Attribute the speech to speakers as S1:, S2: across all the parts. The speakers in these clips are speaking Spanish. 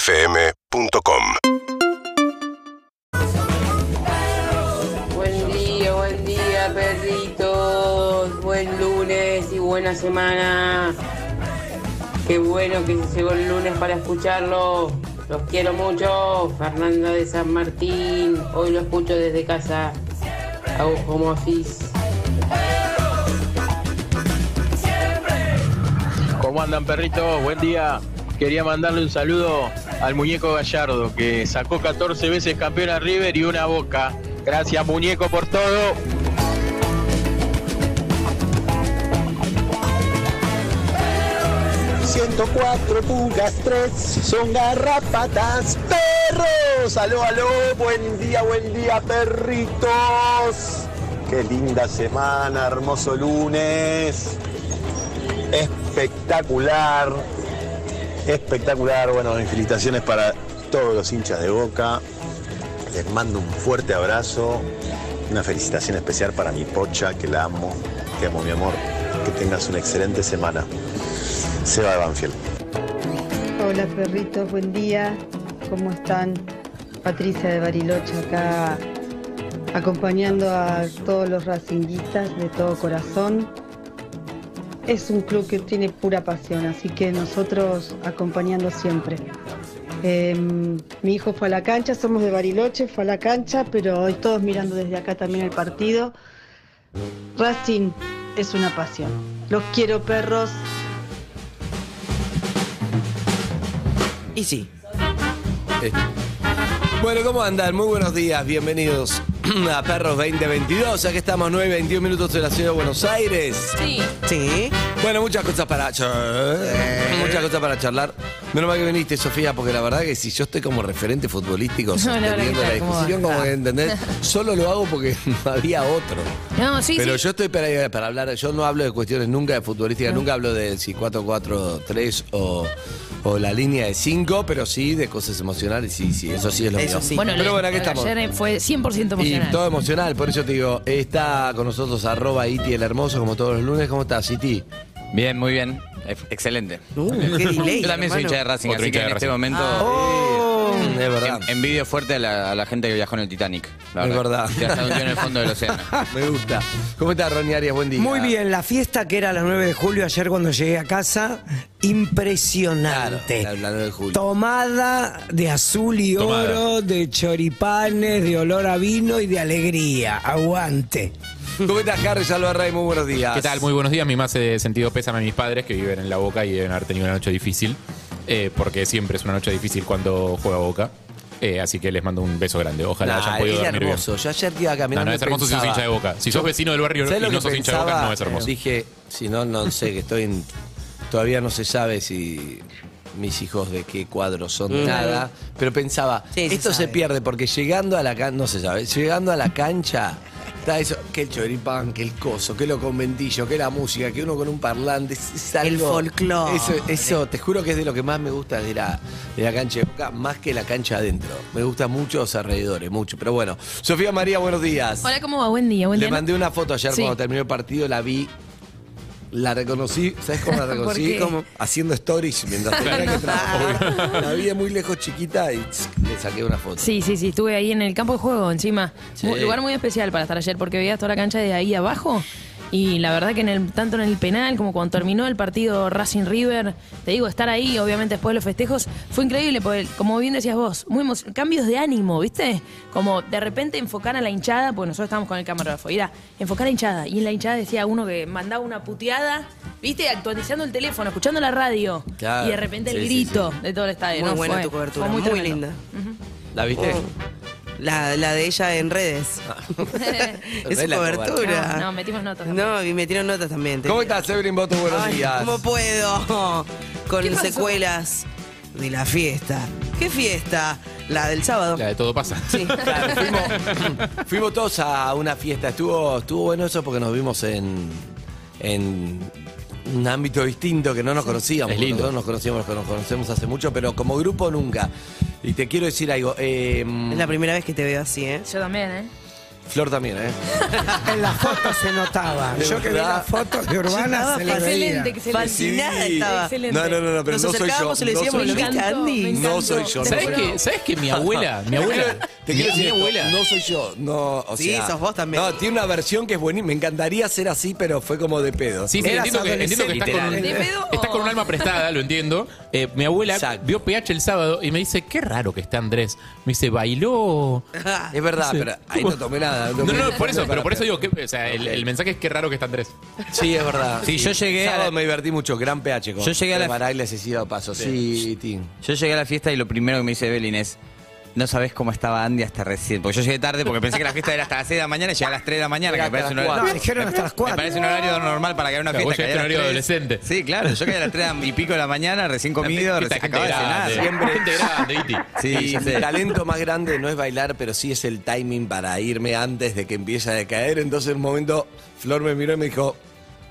S1: UrbanaPlayFM.com
S2: Buen día, buen día, perritos. Buen lunes y buena semana. Qué bueno que se llegó el lunes para escucharlo. Los quiero mucho. Fernanda de San Martín. Hoy lo escucho desde casa. Hago como office.
S3: ¿Cómo andan perritos? Buen día. Quería mandarle un saludo al muñeco Gallardo, que sacó 14 veces campeón a River y una boca. Gracias muñeco por todo.
S4: Qué linda semana, hermoso lunes. Espectacular. Espectacular. Bueno, mis felicitaciones para todos los hinchas de Boca. Les mando un fuerte abrazo. Una felicitación especial para mi pocha, que la amo. Te amo, mi amor. Que tengas una excelente semana. Seba de Banfield.
S5: Hola perritos, buen día. ¿Cómo están? Patricia de Bariloche acá acompañando a todos los racinguistas de todo corazón. Es un club que tiene pura pasión, así que nosotros acompañando siempre. Eh, mi hijo fue a la cancha, somos de Bariloche, fue a la cancha, pero hoy todos mirando desde acá también el partido. Racing es una pasión. Los quiero perros.
S6: Y sí.
S7: Eh. Bueno, ¿cómo andan? Muy buenos días, bienvenidos a Perros 2022. Aquí estamos 9 21 minutos de la ciudad de Buenos Aires.
S8: Sí.
S6: Sí.
S7: Bueno, muchas cosas para charlar. Muchas cosas para charlar. Menos mal que viniste, Sofía, porque la verdad que si yo estoy como referente futbolístico
S8: No, la verdad
S7: sosteniendo
S8: que
S7: la
S8: está, ¿cómo
S7: discusión,
S8: va?
S7: como que entendés, solo lo hago porque no había otro.
S8: No, sí,
S7: Pero
S8: sí.
S7: yo estoy para, para hablar, yo no hablo de cuestiones nunca de futbolística, nunca hablo de si 4-4-3 o, o la línea de 5, pero sí de cosas emocionales, sí, sí, eso sí es lo
S6: Eso
S7: mío.
S6: sí.
S8: Bueno,
S7: pero
S8: lo-
S7: bueno, aquí estamos.
S8: ayer fue 100%
S7: Y
S8: emocional.
S7: todo emocional, por eso te digo, está con nosotros arroba Iti el Hermoso, como todos los lunes. ¿Cómo estás, Iti?
S9: Bien, muy bien. Ex- Excelente.
S6: Uh, qué delay,
S9: Yo también soy
S6: hermano.
S9: hincha de Racing,
S10: Otro
S9: así
S10: hincha
S9: que en
S10: de
S9: este
S10: Racing.
S9: momento
S7: Mm, es verdad.
S9: en- envidio fuerte a la, a la gente que viajó en el Titanic. La
S7: Es
S9: verdad.
S7: verdad.
S9: Ya está hundido en el fondo del océano.
S7: Me gusta. ¿Cómo estás, Ronnie Arias? Buen día.
S6: Muy bien, la fiesta que era a las 9 de julio ayer cuando llegué a casa, impresionante.
S7: Claro, la- la 9 de julio.
S6: Tomada de azul y
S10: Tomada.
S6: oro, de choripanes, de olor a vino y de alegría. Aguante.
S7: ¿Cómo estás, Carlos Alvarray? Muy buenos días.
S10: ¿Qué tal? Muy buenos días. Mi más eh, sentido pésame a mis padres que viven en La Boca y deben haber tenido una noche difícil, eh, porque siempre es una noche difícil cuando juega Boca. Eh, así que les mando un beso grande. Ojalá
S7: Nah,
S10: hayan podido
S7: era
S10: dormir
S7: hermoso. Yo ayer que iba
S10: bien. No,
S7: caminando
S10: no es hermoso si sos
S7: pensaba-
S10: hincha de Boca. Si sos vecino del barrio
S7: ¿Sabés
S10: y
S7: lo
S10: no
S7: que
S10: sos hincha de Boca,
S7: pensaba?
S10: no es hermoso.
S7: Dije, si no, no sé, que estoy en- Todavía no se sabe si mis hijos de qué cuadro son,
S10: Mm.
S7: nada. Pero pensaba,
S6: Sí, se
S7: esto se,
S6: sabe.
S7: pierde porque llegando a la cancha, no se sabe, llegando a la cancha, está eso, que el choripán, que el coso, que lo conventillo, que la música, que uno con un parlante, es, es algo...
S6: El folclore.
S7: Eso, eso, te juro que es de lo que más me gusta de la, de la cancha de Boca, más que la cancha adentro. Me gustan mucho los alrededores, mucho. Pero bueno, Sofía María, buenos días.
S8: Hola, ¿cómo va? Buen día, buen
S7: Le
S8: día. ¿no?
S7: mandé una foto ayer
S8: Sí.
S7: cuando terminó el partido, la vi. La reconocí, ¿sabes cómo la reconocí?
S8: qué?
S7: Como haciendo stories mientras tenía que trabajar. La vi de muy lejos chiquita y tsk, le saqué una foto.
S8: Sí, sí, sí, estuve ahí en el campo de juego, encima.
S7: Sí.
S8: Un lugar muy especial para estar ayer, porque veía toda la cancha de ahí abajo. Y la verdad que en el, tanto en el penal como cuando terminó el partido Racing River, te digo, estar ahí, obviamente después de los festejos, fue increíble, porque como bien decías vos, muy emo- cambios de ánimo, ¿viste? Como de repente enfocar a la hinchada, porque nosotros estábamos con el camarógrafo, y era enfocar a la hinchada. Y en la hinchada decía uno que mandaba una puteada, ¿viste? Actualizando el teléfono, escuchando la radio.
S7: Claro.
S8: Y de repente el
S7: Sí, sí,
S8: grito de todo el estadio.
S11: Muy
S8: ¿no?
S11: buena
S8: Fue-
S11: tu cobertura,
S8: fue
S11: muy,
S8: tremendo.
S11: linda.
S7: ¿La viste?
S8: Oh.
S11: La, la de ella en redes. es
S7: Es
S11: su
S7: la
S11: cobertura.
S8: No, no, metimos notas también.
S11: No, y metieron notas también. te
S7: ¿Cómo
S11: digo.
S7: estás, Evelyn Boto? Buenos
S11: Ay,
S7: días.
S11: ¿Cómo puedo?
S8: ¿Qué
S11: Con
S8: pasó?
S11: secuelas de la fiesta. ¿Qué fiesta? La del sábado.
S10: La de todo pasa.
S11: Sí.
S7: Claro, fuimos, fuimos todos a una fiesta. Estuvo, estuvo bueno eso porque nos vimos en, en un ámbito distinto que no nos conocíamos.
S10: Es lindo.
S7: Nosotros nos conocíamos, nos conocemos hace mucho, pero como grupo nunca. Y te quiero decir algo. eh,
S11: Es la primera vez que te veo así, ¿eh?
S8: Yo también, ¿eh?
S7: Flor también, ¿eh?
S6: En las fotos se notaba.
S7: De
S6: Yo que vi
S7: verdad.
S6: las fotos de
S11: Estaba
S6: Urbana se le veía.
S11: fascinante, excelente. Fascinada
S7: Sí.
S11: estaba.
S7: No, no, no, no, pero
S11: Nos
S7: no soy yo.
S11: acercábamos y le
S7: no
S11: decíamos,
S7: soy
S11: "¿Lo
S7: yo.
S11: viste, Andy?" Me
S7: No soy
S11: encantó.
S7: yo.
S10: ¿Sabés
S7: no soy
S10: que-
S7: yo.
S10: sabés que mi abuela- mi
S7: Te
S10: abuela-
S7: quiero- Te
S10: mi-
S7: quiero decir
S10: mi
S7: esto,
S10: abuela-
S7: No soy yo. No, o
S11: Sí,
S7: sea,
S11: sos vos también.
S7: No, tiene una versión que es buenísima. Me encantaría ser así, pero fue como de pedo.
S10: Sí, sí,
S6: Eras
S10: entiendo que, entiendo que estás, con,
S7: adolescente.
S8: ¿De pedo?
S10: estás con un alma prestada, lo entiendo. Eh, mi abuela
S7: Exacto.
S10: vio PH el sábado y me dice, qué raro que está Andrés. Me dice, bailó.
S7: Es verdad,
S10: Sí.
S7: pero ahí no tomé nada.
S10: No, no, no, por eso,
S7: no,
S10: pero por eso
S7: para-
S10: digo, que, o sea, el, el mensaje es qué raro que está Andrés.
S7: Sí, es verdad.
S9: Sí, yo llegué a
S7: Sábado
S9: la-
S7: me divertí mucho, gran PH con
S9: Yo llegué a la-
S7: Maraile Cecilia Paso. Sí, Tim.
S9: Yo llegué a la fiesta y lo primero que me dice Evelyn es. No sabés cómo estaba Andy hasta recién. Porque yo llegué tarde porque pensé que la fiesta era hasta las 6 de la mañana y llegué a las 3 de la mañana, que me
S7: Llegaste a
S9: parece, un
S7: las
S9: horario,
S7: cuatro. No, dijeron hasta las cuatro.
S9: me parece un horario normal para que haya una
S10: Claro,
S9: fiesta.
S10: vos
S9: que haya
S10: llegaste en
S9: a
S10: horario
S9: las
S10: adolescente.
S9: tres. Sí, claro. Yo quedé a las 3 y pico de la mañana, recién comido,
S10: Fiesta
S9: recién
S10: gente
S9: acababa de cenar.
S10: grande,
S7: siempre.
S10: Gente grande, Iti.
S9: Sí,
S7: Y
S9: ya
S7: mi
S9: sé.
S7: talento más grande no es bailar, pero sí es el timing para irme antes de que empiece a decaer. Entonces, en un momento, Flor me miró y me dijo.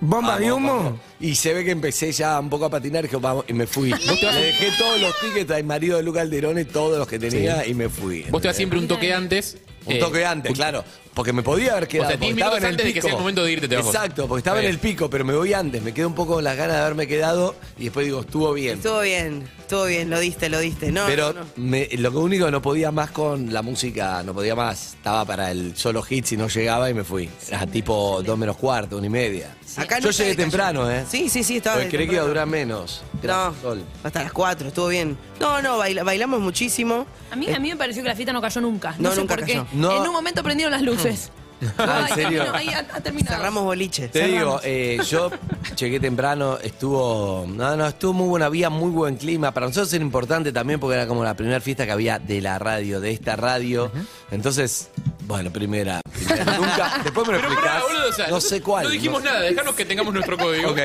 S6: ¿Bomba de
S7: "Vamos,
S6: humo?
S7: vamos". Y se ve que empecé ya un poco a patinar y, dijo, "Vamos", y me fui. Le dejé todos los tickets al marido de Luca Alderone, todos los que tenía, y me
S10: Vos te
S7: fui. ¿entendés?
S10: vas siempre un toque antes.
S7: Un
S10: eh,
S7: toque antes,
S10: un-
S7: claro. Porque me podía haber quedado.
S10: O sea, 10
S7: porque estaba
S10: minutos
S7: en
S10: antes de que sea el momento de irte, te vas vos.
S7: Exacto, porque estaba en
S10: Está
S7: el pico, pero me voy antes. Me quedo un poco con las ganas de haberme quedado y después digo, estuvo bien.
S11: Estuvo bien, estuvo bien, lo diste, lo diste. No,
S7: pero
S11: no, no.
S7: me- lo único que no podía más con la música, no podía más. Estaba para el solo hits y no llegaba y me fui. Era tipo dos menos cuarto, una y media.
S11: Acá
S7: Yo
S11: nunca
S7: llegué
S11: decayó.
S7: temprano, ¿eh?
S11: Sí, sí, sí, estaba
S7: Porque
S11: de
S7: creí que iba a
S11: temprano.
S7: durar menos.
S11: No,
S7: Gracias, Sol.
S11: hasta las 4, estuvo bien. No, no, baila- bailamos muchísimo.
S8: A mí, a mí me pareció que la fiesta no cayó nunca. No,
S11: No,
S8: sé
S11: nunca
S8: por
S11: cayó.
S8: qué.
S7: No.
S8: En un momento prendieron las luces.
S7: Ah, ¿en
S8: Ay,
S7: serio?
S8: terminó, ahí ha, ha terminado.
S11: Cerramos boliche.
S7: Te digo, eh, yo llegué temprano, estuvo, no, no, estuvo muy buena, había muy buen clima. Para nosotros era importante también porque era como la primera fiesta que había de la radio, de esta radio. Entonces, bueno, primera, primera. Nunca, después me lo
S10: Pero pará,
S7: explicás.
S10: boludo, o sea,
S7: no sé cuál.
S10: No dijimos
S7: sé.
S10: nada, dejanos que tengamos nuestro código.
S7: Ok.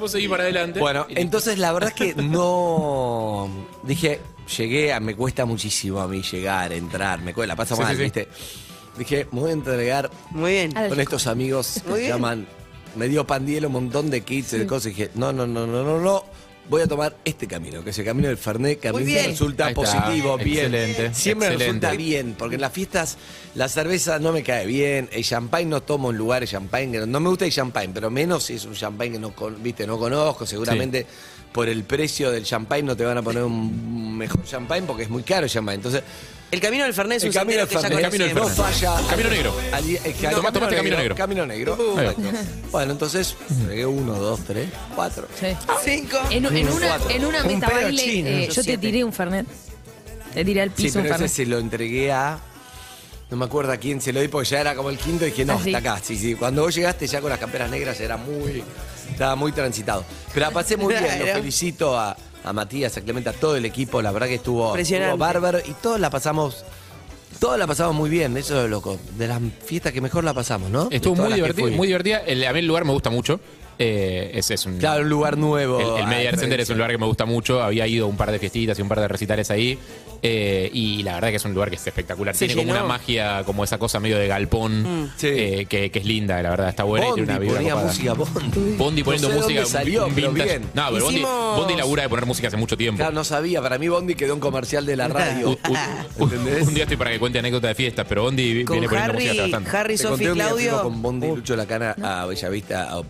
S10: Vos seguís para adelante.
S7: Bueno, entonces la verdad es que no. Dije, llegué, a, me cuesta muchísimo a mí llegar, entrar, me cuesta, la paso
S10: Sí,
S7: mal,
S10: sí, sí.
S7: ¿viste? Dije, me voy a entregar
S11: Muy bien.
S8: Al-
S7: con estos amigos que
S11: Ah, Muy
S7: se
S11: bien.
S7: llaman. Me dio pandielo un montón de kits y de cosas. Y dije, no, no, no, no, no, no. Voy a tomar este camino, que es el camino del Fernet, que a
S11: Muy
S7: mí me
S11: bien.
S7: resulta
S10: Ahí está.
S7: positivo, bien.
S10: Excelente,
S7: Siempre me
S10: excelente.
S7: resulta bien, porque en las fiestas la cerveza no me cae bien, el champagne no tomo en lugares champagne, que no, no me gusta el champagne, pero menos si es un champagne que no, con- viste, no conozco, seguramente por el precio del champagne no te van a poner un mejor champagne porque es muy caro el champagne. Entonces,
S11: El camino del Fernet es
S7: el
S11: un
S7: camino del
S11: sendero que ya
S7: Fernet,
S10: Camino del
S7: no
S11: conocemos.
S10: Fernet.
S7: falla.
S10: Camino negro.
S7: Ali- eh,
S10: No,
S7: camino
S10: tomaste camino negro.
S7: Camino negro.
S10: Ahí va.
S7: Perfecto. Bueno, entonces, llegué uno, dos, tres, cuatro.
S8: Sí.
S11: Cinco.
S8: En, en una,
S7: Cuatro.
S8: en una
S7: Un
S8: meta
S7: pedo
S8: baile,
S7: chino.
S8: eh,
S11: Yo
S8: yo te
S11: siete.
S8: tiré un Fernet. Te tiré al
S7: Sí,
S8: piso un
S7: pero ese
S8: Fernet.
S7: se lo entregué a. No me acuerdo a quién se lo di porque ya era como el quinto y dije, no,
S8: Ah, sí.
S7: está acá. Sí, sí. Cuando vos llegaste ya con las camperas negras era muy. Estaba muy transitado. Pero la pasé muy bien. Lo
S11: Claro.
S7: felicito a, a Matías, a Clemente, a todo el equipo. La verdad que estuvo,
S11: Impresionante.
S7: estuvo bárbaro y todos la pasamos. Todos la pasamos muy bien, eso es lo loco. De las fiestas que mejor la pasamos, ¿no? De
S10: Estuvo muy
S7: todas las que
S10: divertido,
S7: fui.
S10: muy divertida. El- a mí el lugar me gusta mucho. Eh, es, es un,
S7: Claro, un lugar nuevo.
S10: El, el
S7: a
S10: Media Art Center es
S7: diferencia.
S10: un lugar que me gusta mucho. Había ido a un par de fiestitas y un par de recitales ahí. Eh, y la verdad que es un lugar que es espectacular.
S11: Se
S10: Tiene como
S11: llenó.
S10: una magia, como esa cosa medio de galpón,
S7: Mm. sí.
S10: eh, que, que es linda, la verdad. Está buena y tiene una
S7: Bondi
S10: vibra
S7: ponía
S10: copada.
S7: música, Bondi.
S10: Bondi poniendo
S7: No sé
S10: música.
S7: dónde salió,
S10: un
S7: pero
S10: vintage.
S7: bien.
S10: No, pero Bondi-
S11: Hicimos-
S10: Bondi, labura de poner música hace mucho tiempo.
S7: Claro, no sabía, para mí Bondi quedó un comercial de la radio.
S10: U- u-
S7: ¿Entendés?
S10: un día estoy para que cuente anécdotas de fiestas, pero Bondi
S11: Con
S10: viene poniendo música
S11: Harry,
S10: bastante.
S11: Harry,
S7: Te conté
S11: Sofi,
S7: un día fuimos
S11: Claudio.
S7: con Bondi y Lucho Lacana a Bellavista a-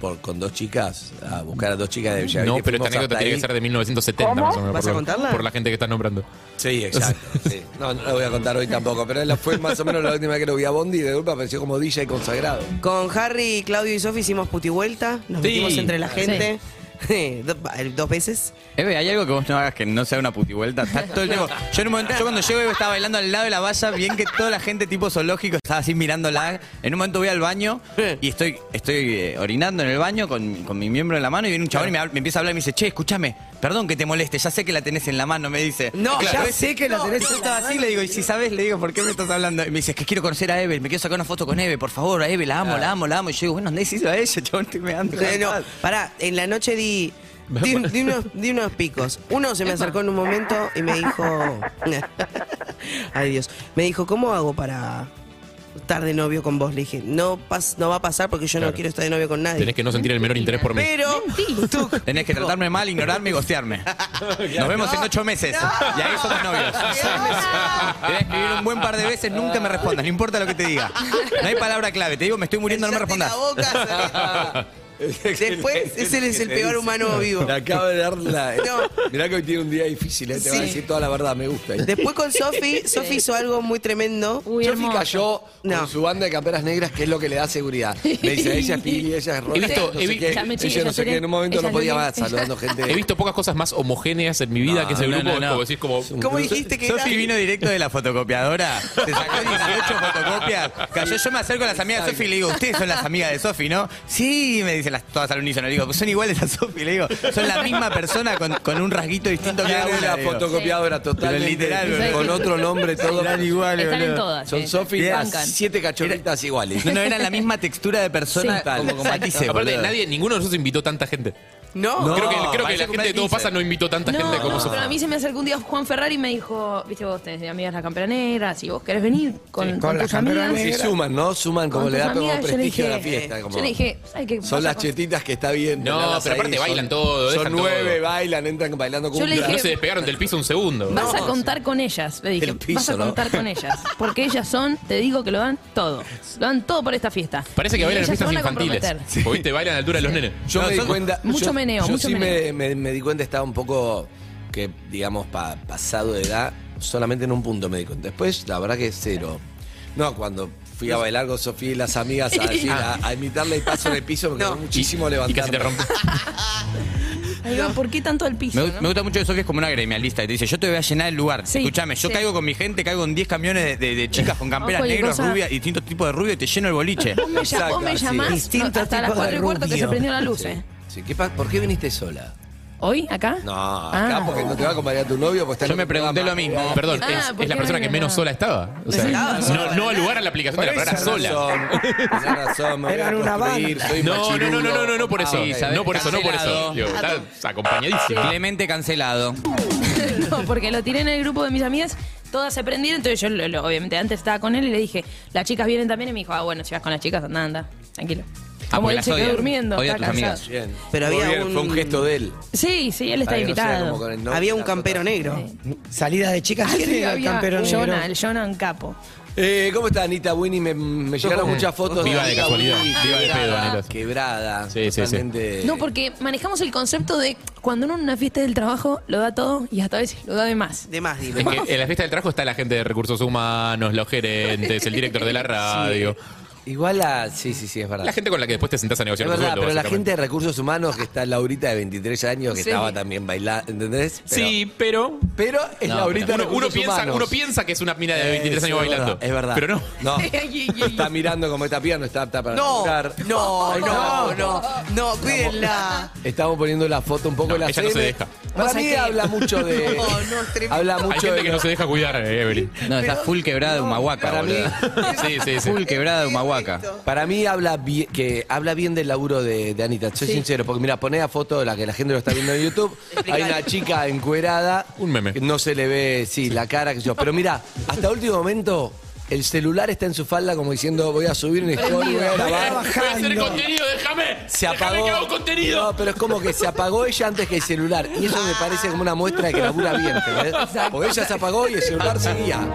S7: por, con dos chicas, a buscar a dos chicas de Bellavista.
S10: No, pero esta
S7: Fuimos hasta
S10: anécdota tiene que
S7: ahí.
S10: ser de 1970 más o menos.
S11: ¿Vas
S10: por
S11: a
S10: lo-
S11: contarla?
S10: Por la gente que estás nombrando.
S7: Sí, exacto. sí. No, no lo voy a contar hoy tampoco, pero la- fue más o menos la última vez que lo vi a Bondi y de golpe apareció como DJ consagrado.
S11: Con Harry, Claudio y Sofi hicimos puti vuelta. Nos
S10: Sí.
S11: metimos entre la gente. Do- Dos veces.
S9: Eve, hay algo que vos no hagas que no sea una putivuelta. Está todo el tiempo. Yo en un momento, yo cuando llego Eve estaba bailando al lado de la valla, bien que toda la gente tipo zoológico estaba así mirándola. En un momento voy al baño y estoy, estoy eh, orinando en el baño con, con mi miembro en la mano y viene un chabón y me, habla- me empieza a hablar y me dice, che, escúchame, perdón que te moleste, ya sé que la tenés en la mano, me dice.
S11: No,
S9: Claro,
S11: ya
S9: es-
S11: sé que la
S9: no,
S11: tenés
S9: y yo
S11: en la
S9: estaba así, le digo, y si sabes, le digo, ¿por qué me estás hablando? Y me dice, es que quiero conocer a Eve, me quiero sacar una foto con Eve, por favor, a Eve, la amo, la amo, la amo. Y yo digo, bueno, ¿dónde se hizo a ella? Chabón, estoy meando.
S11: Eh, no, pará, en la noche di, di, un- di unos, di unos picos. Uno se me acercó en un momento y me dijo. Ay Dios. Me dijo, ¿cómo hago para, estar de novio con vos. Le dije, no, pas- no va a pasar porque yo no
S10: Claro.
S11: quiero estar de novio con nadie.
S10: Tenés que no sentir el menor interés por mí.
S11: Pero tú
S9: Tenés que tratarme mal, ignorarme y gostearme. Nos vemos en ocho meses. Y ahí somos novios. Te voy a escribir un buen par de veces, nunca me respondas, no importa lo que te diga. No hay palabra clave, te digo, me estoy muriendo, no me respondas.
S11: Después, ese es el peor humano vivo.
S7: Le acaba de dar la.
S11: No.
S7: Mirá que hoy tiene un día difícil, eh, te va a
S11: Sí.
S7: decir toda la verdad, me gusta.
S11: Después con Sofi, Sofi hizo algo muy tremendo.
S7: Sofi cayó con su banda de camperas negras, que es lo que le da seguridad. Me dice, ella es Pili, ella es Rosa,
S10: He visto-
S7: no
S10: he
S7: sé
S10: vi-
S7: qué,
S10: Ya me chiqué,
S7: ella no
S10: ya
S7: sé
S10: lloré,
S7: qué, en un momento no
S10: ella
S7: podía
S10: lloré.
S7: más saludando gente.
S10: He visto pocas cosas más homogéneas en mi vida
S7: No,
S10: que ese
S7: no,
S10: grupo.
S7: no,
S10: es
S7: no.
S10: como decís, como.
S11: ¿Cómo dijiste que era?
S9: Sofi vino directo de la fotocopiadora, se sacó 18 fotocopias. Cayó, yo me acerco a las amigas de Sofi y le digo, ustedes son las amigas de Sofi, ¿no? Sí, me dicen las, todas al unísono. Le digo, "Pues son iguales a Sofi, le digo, son la misma persona con, con un rasguito distinto cada
S7: Era
S9: una.
S7: una
S9: le digo.
S7: fotocopiadora total.
S9: Pero literal, boludo.
S7: con otro nombre, todo.
S9: Eran iguales,
S8: Están en
S9: boludo.
S8: todas,
S7: Son
S8: sí,
S7: Sofi,
S8: se
S7: las
S8: bancan.
S7: siete cachorritas iguales.
S9: No, no, eran la misma textura de persona
S8: Sí.
S9: como con matices,
S10: Aparte,
S9: boludo.
S10: nadie, ninguno de nosotros invitó tanta gente.
S11: No,
S10: creo que, creo que
S9: vaya
S10: la
S9: con
S10: gente de Todo
S9: matices.
S10: Pasa no invitó tanta gente como
S8: No,
S10: nosotros.
S8: pero a mí se me acercó un día Juan Ferrari y me dijo, viste vos tenés amigas la campera negra, si vos querés venir con, con
S6: con la
S8: tus
S6: campera
S8: amigas.
S7: Sí, suman, ¿no? Suman
S8: con
S7: como
S8: tus
S7: le da como
S8: amigas", yo le
S7: prestigio a la
S8: dije-
S7: fiesta. como-
S8: Yo le dije, ¿sabes qué?
S7: Son
S8: Vas
S7: las
S8: a-
S7: chetitas que está bien.
S10: No,
S7: tenerlas
S10: pero
S7: ahí,
S10: aparte
S7: son-
S10: bailan todo,
S7: Son
S10: dejan
S7: nueve,
S10: todo.
S7: bailan, entran bailando
S8: Yo le
S7: cumbia.
S8: dije-
S10: No se despegaron del piso un segundo.
S8: Vas a contar con ellas, le dije.
S7: El piso,
S8: vas a
S7: ¿no?
S8: contar con ellas. Porque ellas son, te digo que lo dan todo. Lo dan todo por esta fiesta.
S10: Parece que
S8: Y
S10: bailan en
S8: ellas
S10: fiestas
S8: se van a
S10: infantiles.
S8: comprometer.
S10: Porque, viste, bailan a la altura de los nenes.
S7: Yo
S9: No,
S7: me di
S9: son-
S7: cuenta.
S8: mucho
S7: yo-
S8: meneo,
S7: yo
S8: mucho
S7: sí Me,
S8: meneo.
S7: me- me di cuenta, estaba un poco que, digamos, pa- pasado de edad, solamente en un punto me di cuenta. Después, la verdad que cero. No, cuando fui a bailar con Sofía y las amigas a, decir, a- a imitarla y paso en el piso, porque
S11: No.
S7: fue muchísimo
S10: Y casi
S7: levantar.
S10: te rompe.
S8: Ahí va, ¿Por qué tanto al piso?
S9: Me,
S8: no?
S9: gu- me gusta mucho que Sofía es como una gremialista. Y te dice, yo te voy a llenar el lugar.
S8: Sí,
S9: Escuchame, yo
S8: sí.
S9: caigo con mi gente, caigo con 10 camiones de, de- de chicas con camperas
S8: Ojo, y
S9: negras,
S8: cosa-
S9: rubias, distintos tipos de rubios, y te lleno el boliche.
S8: Vos me, llam- vos me
S7: Exacto,
S8: llamás
S7: sí.
S8: no,
S6: Distinto
S8: hasta las
S6: tipo de
S8: 4 y cuarto que se
S6: rubio.
S8: prendió la luz,
S7: Sí.
S8: ¿eh?
S7: Sí, ¿qué pa- ¿Por qué viniste sola?
S8: ¿Hoy? ¿Acá?
S7: No, acá
S8: Ah.
S7: porque no te va a acompañar tu novio. Porque está
S9: Yo
S7: en
S9: me
S7: un
S9: pregunté
S7: programa.
S9: lo mismo.
S10: Perdón,
S8: Ah,
S10: es-
S8: ¿por
S10: es, la
S8: qué
S10: persona
S8: no
S10: que
S8: era?
S10: menos sola estaba. O sea,
S11: Estaba
S10: no,
S11: sola.
S10: no al lugar a la aplicación de la palabra
S7: Tenés
S10: sola.
S7: razón, tenés razón, me voy a
S6: Eran una
S7: construir,
S6: banda.
S7: soy
S10: No, no, no, no, no, no, no por eso.
S9: Ah, ok.
S10: No por eso, no por eso.
S9: Cancelado.
S10: Digo, Estás acompañadísimo.
S9: Clemente cancelado.
S8: No, porque lo tiré en el grupo de mis amigas, todas se prendieron, entonces yo lo- lo- obviamente antes estaba con él y le dije, las chicas vienen también y me dijo, ah, bueno, si vas con las chicas, anda, anda, tranquilo.
S9: Ah,
S8: Como
S9: porque
S8: él
S9: las
S8: se quedó
S9: odia.
S8: durmiendo.
S9: Odia a
S8: está
S9: tus
S8: cansado.
S9: amigas.
S7: Bien.
S11: Pero
S7: Muy
S11: había
S7: bien, Fue un
S11: un-
S7: gesto de él.
S8: Sí, sí, él
S7: Para que
S8: está
S7: no sea
S8: invitado.
S7: como con el novio,
S11: Había un
S7: las otras.
S11: campero negro.
S6: Salida de
S7: Ah,
S6: chicas, ¿quién
S8: Sí,
S6: era el
S8: había
S6: campero
S8: un
S6: negro?
S8: Jonah, el Jonah en capo.
S7: Eh, ¿Cómo está Anita Winnie? Me, me llegaron muchas fotos.
S10: Viva de
S7: Anita
S10: casualidad,
S7: Winnie
S10: viva de pedo,
S7: quebrada,
S10: Anita.
S7: Quebrada.
S10: Sí, sí, sí.
S7: totalmente-
S8: No, porque manejamos el concepto de cuando uno en una fiesta del trabajo lo da todo y hasta a veces lo da de más.
S11: De más, dilo.
S10: Es que en la fiesta del trabajo está la gente de recursos humanos, los gerentes, el director de la radio.
S7: Igual a. Sí, sí, sí, es verdad.
S10: La gente con la que después te sentás a
S7: es
S10: negociar tu
S7: verdad,
S10: sueldo,
S7: pero la gente
S10: básicamente.
S7: de recursos humanos que está Laurita de 23 años, que
S8: Sí.
S7: estaba también bailando, ¿entendés? Pero-
S10: Sí, pero.
S7: Pero es
S10: No,
S7: Laurita de
S10: uno, uno
S7: recursos
S10: piensa,
S7: humanos.
S10: uno piensa que es una mina de
S7: Eh,
S10: 23 años
S7: sí, es
S10: bailando.
S7: verdad, Es verdad.
S10: Pero no.
S7: No. está mirando como esta piba no está apta para
S11: No,
S7: laburar.
S11: no, no, no, no, cuídenla.
S7: Estamos poniendo la foto un poco
S10: No,
S7: de la
S10: ella no se
S7: CM.
S10: deja.
S7: Para
S8: Pasa
S7: mí
S8: que-
S7: habla mucho de.
S11: No, no, es tremendo.
S7: habla
S10: Hay
S7: mucho
S10: gente
S7: de
S10: que no se deja cuidar, eh, Evelyn.
S9: No, está full quebrada de Humahuaca,
S7: para mí-
S9: boludo.
S10: Sí, sí, sí.
S9: Full quebrada de Humahuaca.
S7: Para mí habla bien, que habla bien del laburo de, de Anita, soy sincero, porque mira, poné la foto de la que la gente lo está viendo en YouTube, hay una chica encuerada,
S10: Un meme.
S7: que no se le ve, sí, la cara que yo, pero mira, hasta último momento el celular está en su falda como diciendo voy a subir una historia, voy a grabar.
S10: Voy a hacer contenido, déjame.
S7: Se
S10: Déjame
S7: apagó.
S10: que hago contenido.
S7: No, pero es como que se apagó ella antes que el celular. Y eso me parece como una muestra de que labura bien, ¿entendés? Porque ella se apagó y el celular seguía.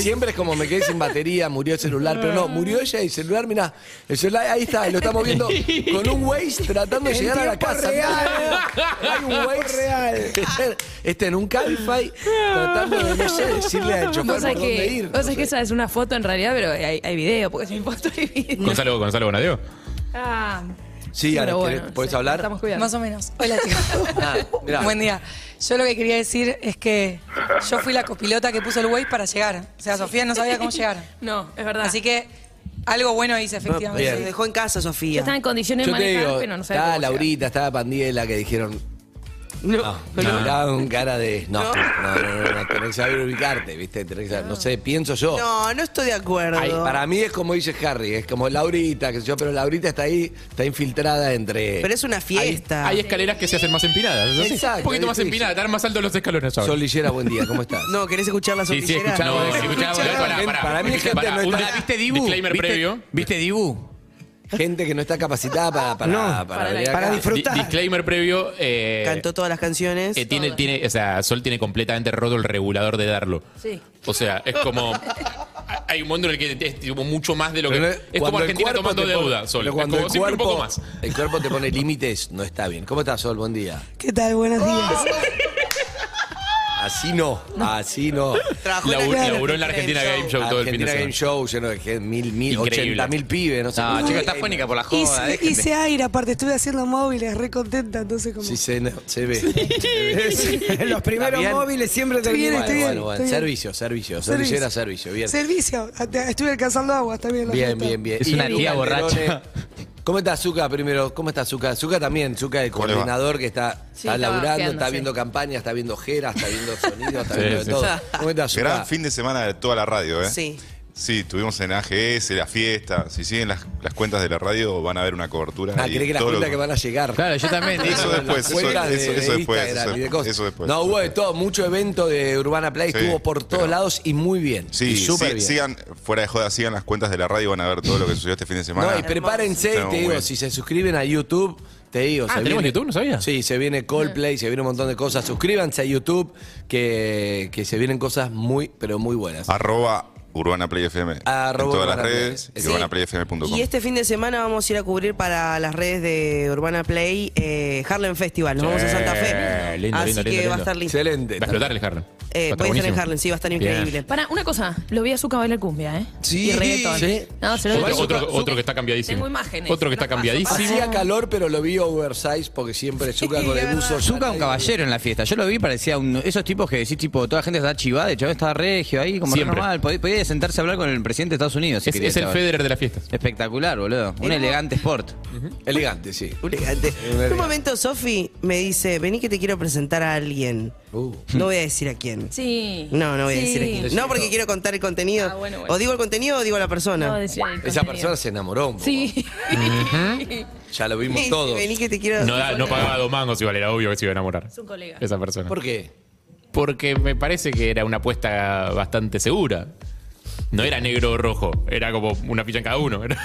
S7: Siempre es como me quedé sin batería, murió el celular. Pero no, murió ella y el celular, mirá, el celular ahí está, lo estamos viendo con un Waze tratando de
S6: En
S7: llegar a la
S6: tiempo
S7: casa.
S6: real.
S7: Hay un Waze real. Está en un Cabify tratando de, no sé, decirle al chofer
S8: Vos
S7: por
S8: sabés
S7: dónde
S8: que,
S7: ir.
S8: vos
S7: no
S8: sabés que
S7: sé.
S8: esa es una foto en realidad, pero hay, hay video, porque si hay foto hay video.
S10: Gonzalo, Gonzalo Bonadeo.
S12: Ah,
S7: Sí, Ana,
S8: Pero
S7: ¿querés-
S8: bueno,
S7: ¿podés
S8: sí,
S7: hablar?
S8: estamos cuidando.
S12: más o menos. Hola, chicos.
S7: Ah, mirá.
S12: Buen día. Yo lo que quería decir es que yo fui la copilota que puso el Waze para llegar. O sea, Sofía no sabía cómo llegar.
S8: No, es verdad.
S12: Así que algo bueno hice, efectivamente.
S7: Bien.
S11: Se dejó en casa,
S8: Yo estaba
S11: Sofía.
S8: en condiciones
S7: Yo
S8: de
S7: te
S8: manejar,
S7: digo,
S8: pero no sé.
S7: estaba Laurita, estaba Pandiela, que dijeron,
S11: No,
S7: no. Miraba con cara de. No, no, no, no, no, tenés que saber ubicarte, ¿viste? Tenés que saber- no sé, pienso yo.
S11: No, no estoy de acuerdo.
S7: Ay, para mí es como dice Harry, es como Laurita, que yo, pero Laurita está ahí, está infiltrada entre.
S11: Pero es una fiesta.
S10: Hay escaleras que se hacen más empinadas. ¿es así?
S7: Exacto,
S10: un poquito más
S7: es difícil.
S10: empinadas, estar más altos los escalones ahora.
S7: Sol Lillera, buen día, ¿cómo estás?
S11: No, ¿querés escuchar la
S10: Sí, sí,
S11: solillera?
S10: escuchamos.
S11: No,
S10: escuchamos.
S11: escuchá.
S10: Pará, pará.
S7: Para mí, gente
S10: Pará,
S7: no
S10: un
S7: está.
S10: dis- Disclaimer previo.
S7: ¿Viste Dibu? Gente que no está capacitada para, para, para, venir acá.
S10: Di- disclaimer previo. eh,
S11: Cantó todas las canciones.
S10: eh, tiene, tiene, o sea, Sol tiene completamente roto el regulador de darlo.
S11: Sí.
S10: O sea, es como. Hay un mundo en el que es tipo, mucho más de lo que.
S7: Pero no-
S10: es como
S7: cuando el
S10: Argentina
S7: cuerpo
S10: tomando
S7: te pone-
S10: deuda, Sol.
S7: pero
S10: Es
S7: cuando
S10: como
S7: el
S10: siempre
S7: cuerpo-
S10: un poco más.
S7: El cuerpo te pone límites, no está bien. ¿Cómo estás, Sol? Buen día.
S11: ¿Qué tal? Buenos días.
S7: Así no, así no.
S10: en
S11: Trabajó
S10: la- Laburó- laburó en la Argentina Game Show todo el fin de
S7: Argentina
S10: semana.
S7: Game Show lleno de gente, mil, mil,
S10: Increíble.
S7: ochenta mil pibes, no sé.
S9: No, chico, está fónica por la joda.
S12: Hice, hice aire, aparte estuve haciendo móviles, re contenta, entonces como...
S7: Sí, se, no, se ve. Se ve.
S6: Los primeros
S7: Está bien.
S6: móviles siempre
S12: Estoy bien,
S6: terminan.
S7: Bueno,
S12: estoy bien,
S7: bueno, bueno.
S12: estoy bien.
S7: Servicio, servicio.
S12: Servicio.
S7: Servillera, servicio. Bien.
S12: Servicio, a- te- estuve alcanzando agua también. la
S7: Bien,
S12: neta.
S7: bien, bien.
S10: Es
S7: Y
S10: una
S7: Luca
S10: tía borracha.
S7: Calderone. ¿Cómo está Zuka primero? ¿Cómo está Zuka? Zuka también, Zuka el
S4: le va?
S7: coordinador que está,
S8: Sí,
S7: está
S8: estaba
S7: laburando,
S8: ojeando,
S7: está
S8: sí.
S7: viendo campañas, está viendo ojeras, está viendo sonidos, está
S10: Sí,
S7: viendo
S10: sí.
S7: de todo. ¿Cómo está Zuka?
S13: Gran fin de semana de toda la radio, ¿eh?
S11: Sí.
S13: Sí, tuvimos en AGS, la fiesta. Si siguen las, las cuentas de la radio, van a ver una cobertura.
S7: Ah,
S13: y
S7: creí que las
S13: todo lo
S7: cuentas que van a llegar.
S10: Claro, yo también. digo,
S13: Eso después,
S7: Las
S13: eso, eso-
S7: cuentas de-
S13: eso
S7: de
S13: después,
S7: Instagram
S13: eso-
S7: y de cosas.
S13: eso después.
S7: No, hubo de todo, mucho evento de Urbana Play,
S13: Sí,
S7: estuvo por todos
S13: pero-
S7: lados y muy bien.
S13: Sí,
S7: y súper
S13: sí,
S7: bien.
S13: sigan, fuera de joda, sigan las cuentas de la radio, van a ver todo lo que sucedió este fin de semana.
S7: No, y prepárense,
S13: Está
S7: te
S13: muy
S7: digo,
S13: bien.
S7: si se suscriben a YouTube, te digo.
S10: Ah,
S7: se
S10: ¿tenemos
S7: viene-
S10: YouTube? No sabía.
S7: Sí, se viene Coldplay, se viene un montón de cosas. Suscríbanse a YouTube, que, que se vienen cosas muy, pero muy buenas.
S13: Arroba Urbana Play FM. Ah, en
S7: Arroba
S13: todas las
S7: Urbana Play.
S13: redes, y
S7: Sí.
S13: urbanaplayfm.com.
S11: Y este fin de semana vamos a ir a cubrir para las redes de Urbana Play eh, Harlem Festival. Nos vamos a Santa Fe.
S10: Eh, lindo,
S11: Así
S10: lindo,
S11: que
S10: lindo,
S11: va a
S10: lindo.
S11: estar lindo.
S7: Excelente.
S10: Va a explotar el Harlem.
S11: Eh,
S10: Va
S11: voy a estar en
S10: buenísimo.
S11: Harlem, sí, va a estar
S10: Bien.
S11: increíble.
S8: Para, una cosa, lo vi a Zuka bailar cumbia, ¿eh?
S7: Sí,
S8: y reggaetón.
S7: sí.
S8: No, se lo
S10: Otro,
S8: digo.
S10: otro- otro que está cambiadísimo.
S8: Tengo imágenes,
S10: Otro que está
S8: las paso.
S10: cambiadísimo.
S7: Hacía calor, pero lo vi oversize porque siempre Zuka con el buzo.
S9: Zuka un caballero en la fiesta. Yo lo vi, parecía un, esos tipos que decís, tipo, toda la gente está chivada, el chaval está regio ahí, como re
S10: Siempre.
S9: normal. Podía, podía sentarse a hablar con el presidente de Estados Unidos. si
S10: Es,
S9: quería,
S10: es el
S9: chaval.
S10: Federer de las fiestas.
S9: Espectacular, boludo. Un elegante sport.
S7: Elegante, sí.
S11: Elegante. En un momento, Sofi me dice: Vení que te quiero presentar a alguien.
S7: Uh.
S11: No voy a decir a quién.
S8: Sí.
S11: No, no voy a
S8: Sí.
S11: decir a quién. No, porque quiero contar el contenido.
S8: Ah, bueno, bueno.
S11: O digo el contenido o digo la persona.
S8: No, decir el
S7: Esa
S8: contenido.
S7: persona se enamoró. un poco.
S8: Sí.
S7: Ya lo
S11: Me
S7: vimos
S11: dice,
S7: todos.
S11: Vení que te quiero.
S10: No, da- no pagaba dos mangos igual, era obvio que se iba a enamorar.
S8: Es un colega.
S10: Esa persona.
S7: ¿Por qué?
S10: Porque me parece que era una apuesta bastante segura. No era negro o rojo, era como una ficha en cada uno. Era,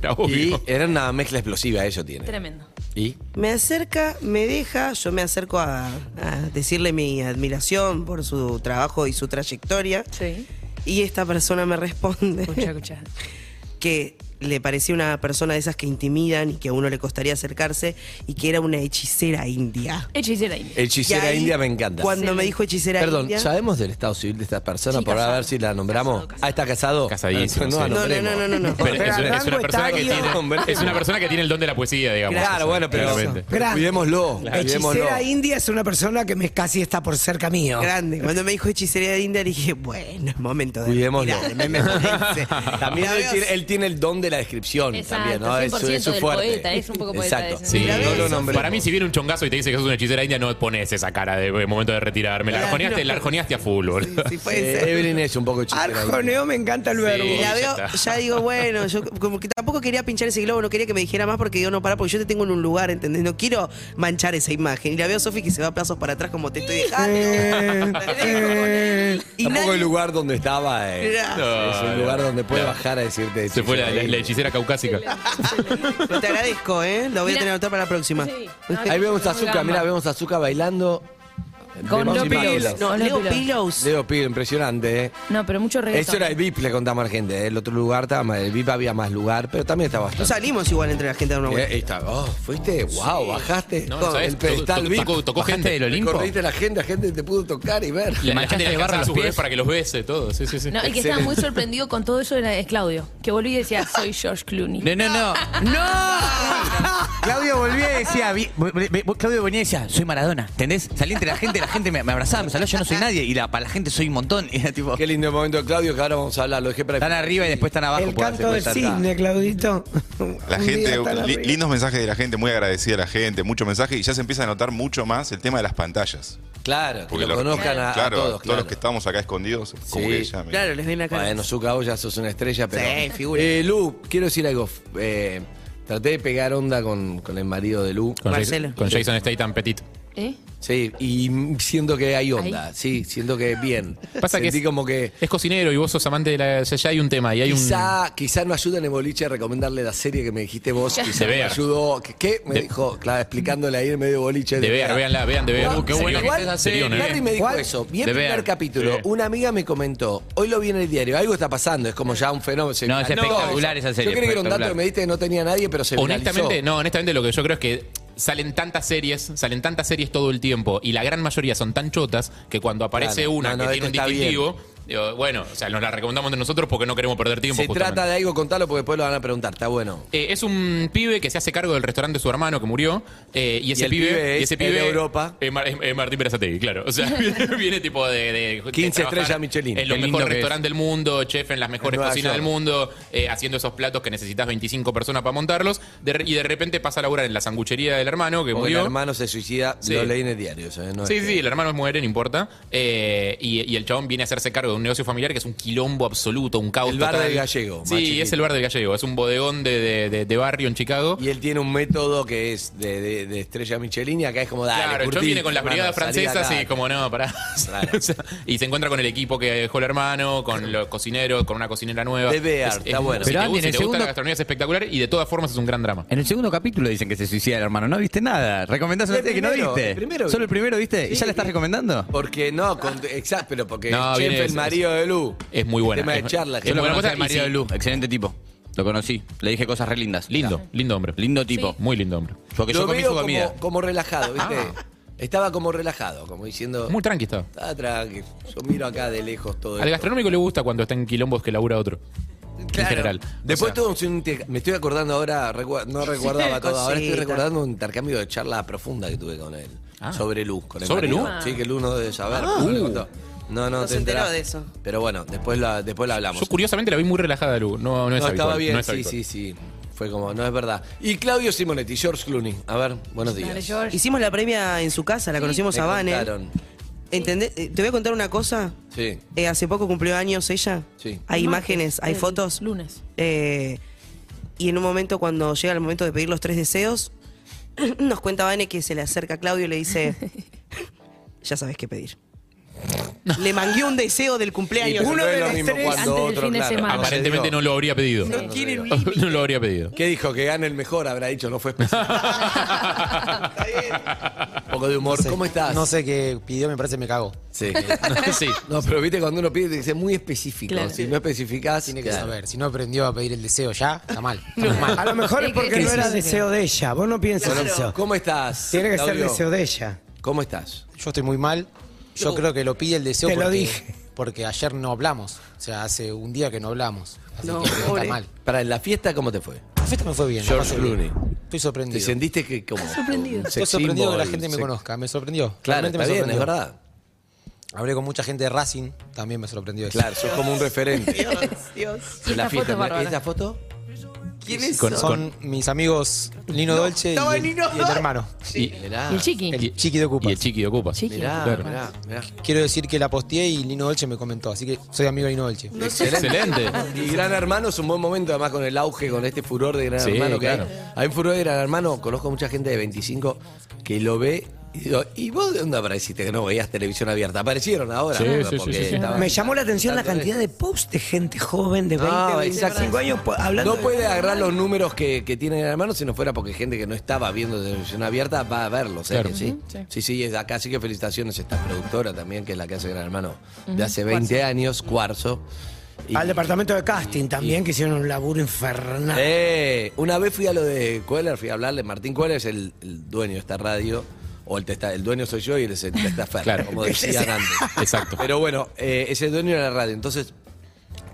S10: era
S7: Y
S10: obvio.
S7: era una mezcla explosiva, eso tiene.
S8: Tremendo.
S7: ¿Y?
S11: Me acerca, me deja, yo me acerco a, a decirle mi admiración por su trabajo y su trayectoria.
S8: Sí.
S11: Y esta persona me responde
S8: Escucha, escucha.
S11: que le parecía una persona de esas que intimidan y que a uno le costaría acercarse y que era una hechicera india.
S8: Hechicera India.
S7: Hechicera
S11: Y ahí,
S7: India me encanta.
S11: Cuando
S8: Sí.
S11: me dijo hechicera
S7: Perdón,
S11: india.
S7: ¿sabemos del estado civil de esta persona?
S8: Sí,
S7: por a
S8: casado.
S7: ver si la nombramos.
S8: Casado, casado.
S7: Ah, ¿está casado?
S10: Casadísimo,
S7: No, la
S10: sí.
S11: No, no,
S7: nombremos.
S11: no, no, no.
S10: Pero es, una- es una
S6: Rango
S10: persona que
S6: etario.
S10: tiene, es una persona que tiene el don de la poesía, digamos.
S7: Claro, bueno, pero,
S10: Claramente.
S7: pero cuidémoslo. cuidémoslo.
S6: Hechicera India es una persona que me casi está por cerca mío.
S11: Grande. Cuando me dijo hechicera india dije, bueno, es momento de.
S7: Cuidémoslo.
S11: retirarme, me parece.
S7: También
S11: La
S7: él
S11: veo
S7: tiene, él tiene el don de la descripción
S8: Exacto,
S7: también, ¿no? Eso
S8: 100%
S7: es su
S8: del
S7: fuerte.
S8: poeta, es un poco poeta
S7: Exacto.
S8: ese.
S10: Sí,
S11: Mirá
S7: no lo
S11: eso.
S7: nombré.
S10: Para mí, si viene un chongazo y te dice que sos una hechicera india, no pones esa cara de "Eh, momento de retirarme. La
S11: Claro.
S10: arjoneaste, la arjoneaste a full, boludo.
S11: Sí, sí, puede ser.
S7: Eh, Evelyn es un poco hechicera.
S6: Arjoneo me encanta el verbo.
S11: Y la
S10: Ya
S11: veo,
S10: está.
S11: ya digo, bueno, yo como que tampoco quería pinchar ese globo, no quería que me dijera más porque yo no para, porque yo te tengo en un lugar, ¿entendés? No quiero manchar esa imagen. Y la veo a Sofi que se va a plazos para atrás como te estoy
S6: Eh,
S11: dejando. Te dejo. y
S7: Tampoco
S11: nadie-
S7: el lugar donde estaba. eh.
S11: Mirá.
S10: No,
S7: es un
S10: no.
S7: lugar donde puede
S10: No.
S7: bajar a decirte.
S10: Se fue la, la- la
S7: hechicera India.
S10: hechicera caucásica.
S11: Te agradezco, ¿eh? Lo voy a
S8: Mirá.
S11: tener anotado para la próxima.
S8: Sí. No,
S7: Ahí vemos a
S8: muy
S7: Azúcar,
S8: gamba.
S7: mira, vemos a Azúcar bailando.
S8: Con
S7: Vemos
S8: los
S7: imágenes.
S8: pillows.
S11: No,
S8: Hola,
S11: Leo
S8: Pilar.
S11: Pillows.
S7: Leo Pío, impresionante, ¿eh?
S8: No, pero mucho reggaetón.
S7: Eso era el VIP, le contamos a la gente. ¿eh? El otro lugar estaba más- El VIP había más lugar, pero también estaba
S11: No
S7: bastante.
S11: salimos igual entre la gente de una
S7: Eh,
S11: vuelta.
S7: ahí está. Oh, fuiste, wow, bajaste.
S10: No,
S7: con
S10: ¿sabes?
S7: el pedestal
S10: Tocó-
S7: VIP.
S10: tocó- tocó
S7: Bajaste
S10: gente del Olimpo.
S7: Recorriste la gente, la gente te pudo tocar y ver.
S10: La, la
S9: manchaste
S10: gente le
S9: de barro
S10: alcanzaba
S9: los
S10: sus bebés
S9: pies.
S10: para que los bese, todo. Sí, sí, sí.
S8: No, el que estaba muy sorprendido con todo eso era es Claudio, que volví y decía, soy George Clooney.
S9: No, no, no. ¡No! Claudio volvía y decía, vi- vi- vi- Claudio venía y decía, soy Maradona, ¿entendés? Salí entre la gente, la gente me, me abrazaba, me saludó, yo no soy nadie. Y la, para la gente soy un montón. Y era tipo,
S7: Qué lindo el momento de Claudio que ahora vamos a hablar. Lo dejé para
S9: Están arriba y después están abajo,
S6: El
S9: puedo
S6: canto del
S9: hacer cosas.
S6: cisne, Claudito.
S13: La
S6: Un día
S13: gente,
S6: están
S13: li-
S6: arriba.
S13: lindos mensajes de la gente, muy agradecida a la gente, muchos mensajes y ya se empieza a notar mucho más el tema de las pantallas.
S7: Claro, que lo
S13: los-
S7: conozcan a, a
S13: claro,
S7: todos. Claro.
S13: los que estamos acá escondidos, como
S7: Sí.
S13: que ya me-
S11: les ven la cara.
S7: Bueno, Zucca, vos ya sos una estrella, pero.
S11: Sí, figura.
S7: Eh, Lu, quiero decir algo. Eh, traté de pegar onda con, con el marido de Lu.
S10: Con Jason, con Jason Statham Petit.
S8: ¿Eh?
S7: Sí, y siento que hay onda, sí, siento que bien.
S10: Pasa que
S7: Sentí
S10: es,
S7: como que.
S10: es cocinero y vos sos amante de la. o sea, ya hay un tema y hay
S7: quizá, quizá no ayuda en el boliche a recomendarle la serie que me dijiste vos.
S10: De
S7: Quizá me
S10: Bear.
S7: ayudó. ¿Qué? qué? Me
S10: De-
S7: dijo, claro, explicándole ahí en medio boliche.
S10: De Bear, véanla, vean De Bear.
S7: Igual-
S10: Uh, qué bueno que
S7: igual-
S10: está esa serie,
S7: Larry
S10: ¿eh?
S7: me dijo
S10: ¿Cuál?
S7: eso. Vi el
S10: De
S7: primer
S10: Bear.
S7: capítulo.
S10: Sí.
S7: Una amiga me comentó, hoy lo vi en el diario, algo está pasando, es como ya un fenómeno. se
S10: No,
S7: viralizó.
S10: es espectacular esa serie,
S7: Yo creí que era un dato
S10: espectacular.
S7: que me diste que no tenía nadie, pero se
S10: Honestamente,
S7: viralizó.
S10: no, honestamente lo que yo creo es que salen tantas series, salen tantas series todo el tiempo y la gran mayoría son tan chotas que cuando aparece
S7: Claro.
S10: una
S7: No,
S10: que
S7: no, esto
S10: tiene un
S7: está bien.
S10: distintivo, digo, bueno, o sea, nos la recomendamos entre nosotros porque no queremos perder tiempo.
S7: Se
S10: justamente.
S7: trata de algo, contalo porque después lo van a preguntar, está bueno.
S10: Eh, es un pibe que se hace cargo del restaurante de su hermano que murió. eh, y ese
S7: Y el
S10: pibe.
S7: pibe es
S10: y ese
S7: el Europa.
S10: Eh, Mar- eh, Martín Berazategui, claro. O sea, viene, viene tipo de. de- de
S7: 15
S10: trabajar
S7: estrellas Michelin.
S10: En los
S7: Qué lindo
S10: mejores
S7: que es.
S10: restaurantes del mundo, chef en las mejores
S7: En Nueva
S10: cocinas
S7: York.
S10: del mundo, eh, haciendo esos platos que necesitas 25 personas para montarlos. de re- y de repente pasa a laburar en la sanguchería del hermano que
S7: Porque el
S10: murió.
S7: hermano se suicida,
S10: Sí.
S7: lo leí en el diario. o sea, no es
S10: Sí,
S7: que-
S10: sí, el hermano muere, no importa. Eh, y, y el chabón viene a hacerse cargo de un negocio familiar que es un quilombo absoluto, un caos.
S7: El bar
S10: total.
S7: del gallego, más
S10: Sí, es
S7: chiquito.
S10: el bar del gallego. Es un bodegón de, de- de- de barrio en Chicago.
S7: Y él tiene un método que es de, de- de estrella Michelin y acá es como dale,
S10: Claro, el chabón
S7: curtí,
S10: viene con las
S7: hermano,
S10: brigadas
S7: salí de
S10: francesas
S7: acá.
S10: y como no, pará. O sea, y se encuentra con el equipo que dejó el hermano, con los cocineros, con una cocinera nueva.
S7: De Bear, está bueno.
S10: Si
S9: Pero
S10: te,
S9: Andy, en
S10: gusta, si
S9: el
S10: te gusta
S9: segundo-
S10: la gastronomía es espectacular y de todas formas es un gran drama.
S9: En el segundo capítulo dicen que se suicida el hermano. No viste nada. Recomendás una
S7: El
S9: serie que no
S7: primero,
S9: viste.
S7: el primero.
S9: Solo el primero viste. ¿Y
S7: Sí,
S9: ya la estás
S7: vi.
S9: recomendando?
S7: Porque no, con- exacto, pero porque
S10: No,
S7: el chef,
S10: viene-
S7: el marido de Lu.
S10: Es muy
S7: El
S10: buena.
S7: tema de
S10: es-
S7: charla,
S10: es
S9: Yo
S10: muy
S9: lo
S10: buena
S9: conocí
S10: cosa
S9: al
S10: y sí,
S9: marido de Lu. Excelente tipo. Lo conocí. Le dije cosas re lindas.
S10: Lindo, lindo hombre.
S9: Lindo tipo.
S10: Muy lindo hombre.
S9: Porque
S7: Lo
S9: yo comí
S7: veo
S9: su comida.
S7: como, como relajado, ¿viste? Estaba como relajado, como diciendo,
S10: Ah. Muy tranqui estaba.
S7: está tranqui, yo miro acá de lejos todo
S10: Al
S7: esto".
S10: gastronómico le gusta cuando está en quilombos que labura otro.
S7: Claro.
S10: En general.
S7: Después
S10: O sea,
S7: tuvimos un inter- Me estoy acordando ahora, recua- no recordaba todo. Ahora estoy
S11: cosita.
S7: recordando un intercambio de charla profunda que tuve con él.
S10: Ah.
S7: Sobre Luz. Con el
S10: ¿Sobre Ah. Uh.
S7: marido.
S10: Lu?
S7: Sí, que Luz no debe saber. no le contó. No, no,
S11: No
S7: te
S11: se enteró
S7: enterás.
S11: de eso.
S7: Pero bueno, después la, después la hablamos.
S10: yo curiosamente la vi muy relajada, Lu. No, no es
S7: no, estaba
S10: habitual,
S7: bien,
S10: no es
S7: sí,
S10: habitual.
S7: sí, sí. Fue como, no es verdad. Y Claudio Simonetti, George Clooney. A ver, buenos días.
S8: Dale, George.
S11: Hicimos la premia en su casa, la conocimos
S7: Me
S11: a Vane.
S7: contaron.
S11: ¿Entendés? Eh, Te voy a contar una cosa.
S7: Sí.
S11: Eh, hace poco cumplió años ella.
S7: Sí.
S11: Hay imágenes, hay
S8: el
S11: fotos.
S8: Lunes.
S11: Eh, y en un momento, cuando llega el momento de pedir los tres deseos, nos cuenta Vane que se le acerca a Claudio y le dice: Ya sabes qué pedir. Le mangué un deseo del
S7: Sí,
S11: cumpleaños.
S7: pero
S11: Uno
S7: no es
S11: de
S7: lo
S11: los
S7: mismo
S11: tres.
S7: cuando
S8: Antes del
S7: otro,
S8: fin de
S7: claro.
S8: semana.
S7: Como se
S10: Aparentemente
S7: dio.
S10: no lo habría pedido.
S11: No quiere
S7: no,
S11: vivir.
S10: no lo habría pedido.
S7: ¿Qué dijo? Que gane el mejor, habrá dicho, no fue especial. Está bien. Un poco de humor. ¿Cómo estás?
S14: No sé qué pidió, me parece me cago.
S7: Sí. No, pero viste cuando uno pide, tiene que ser muy específico.
S8: Claro.
S7: Si no especificás,
S14: Tiene que
S7: claro.
S14: saber. Si no aprendió a pedir el deseo ya, está mal. Está mal.
S6: A lo mejor es porque no era deseo de ella. Vos no pienses
S7: Bueno,
S6: eso.
S7: ¿Cómo estás?
S6: Tiene que ser
S7: Claudio?
S6: deseo de ella.
S7: ¿Cómo estás?
S14: Yo estoy muy mal. Yo creo que lo pide el deseo
S6: Te lo
S14: porque,
S6: dije.
S14: porque ayer no hablamos. O sea, hace un día que no hablamos. Así
S11: No,
S14: que está
S11: pobre.
S14: mal.
S7: Para la fiesta, ¿cómo te fue?
S14: La fiesta me fue bien. la
S7: George
S14: pasé bien.
S7: Clooney.
S14: Estoy
S7: ¿Te
S14: sorprendido.
S7: sentiste que como
S8: Sorprendido.
S7: un
S14: Estoy
S7: sex
S14: sorprendido que la
S7: symbol,
S14: gente me
S7: sex-
S14: conozca. Me sorprendió.
S7: Claro,
S14: Realmente
S7: está
S14: me
S7: bien, es
S14: sorprendió.
S7: verdad.
S14: Hablé con mucha gente de Racing. También me sorprendió eso.
S7: Claro, sos como un referente.
S11: Dios.
S8: Y esta foto,
S7: mira,
S8: Bárbara.
S7: ¿Esta foto?
S11: ¿Quién es?
S10: Con-
S14: Son mis amigos Lino Dolce y
S11: estaba
S14: el,
S11: Lino
S14: y el
S11: Dolce.
S14: hermano.
S10: Y,
S7: Mirá.
S8: Y el chiqui.
S14: El chiqui de Ocupas.
S10: y el chiqui de ocupa.
S8: Chiqui.
S7: Mirá,
S10: Claro.
S7: mirá, mirá.
S14: Quiero decir que la posteé y Lino Dolce me comentó, así que soy amigo de Lino Dolce.
S10: Excelente.
S7: Y Gran Hermano es un buen momento, además con el auge, con este furor de Gran
S10: Sí,
S7: Hermano que
S10: claro.
S7: hay. Hay un furor de Gran Hermano, conozco mucha gente de 25 que lo ve. Y, digo, ¿y vos de dónde apareciste que no veías televisión abierta? Aparecieron ahora.
S10: Sí,
S7: ¿no?
S10: sí, sí,
S7: Porque
S10: sí, sí.
S7: estaban-
S6: Me llamó la atención la
S7: tanto de-
S6: cantidad de posts de gente joven de 20,
S7: Ah,
S6: 25
S7: exacto.
S6: años po- hablando.
S7: No
S6: de-
S7: puede agarrar los números que, que tiene Gran Hermano si no fuera porque gente que no estaba viendo televisión abierta va a verlos. ¿eh?
S10: Claro.
S7: Que ¿sí? sí, sí, es acá. Así que felicitaciones a esta productora también, que es la que hace Gran Hermano de hace 20 años, Cuarzo. Y-
S6: Al departamento de casting también, que hicieron un laburo infernal.
S7: Eh, una vez fui a lo de Cueller, fui a hablarle. Martín Cueller es el, el dueño de esta radio. O el, testa- el dueño soy yo y él es el testaferro,
S10: Claro.
S7: como decían antes.
S10: Exacto.
S7: Pero bueno, eh, es el dueño de la radio. Entonces,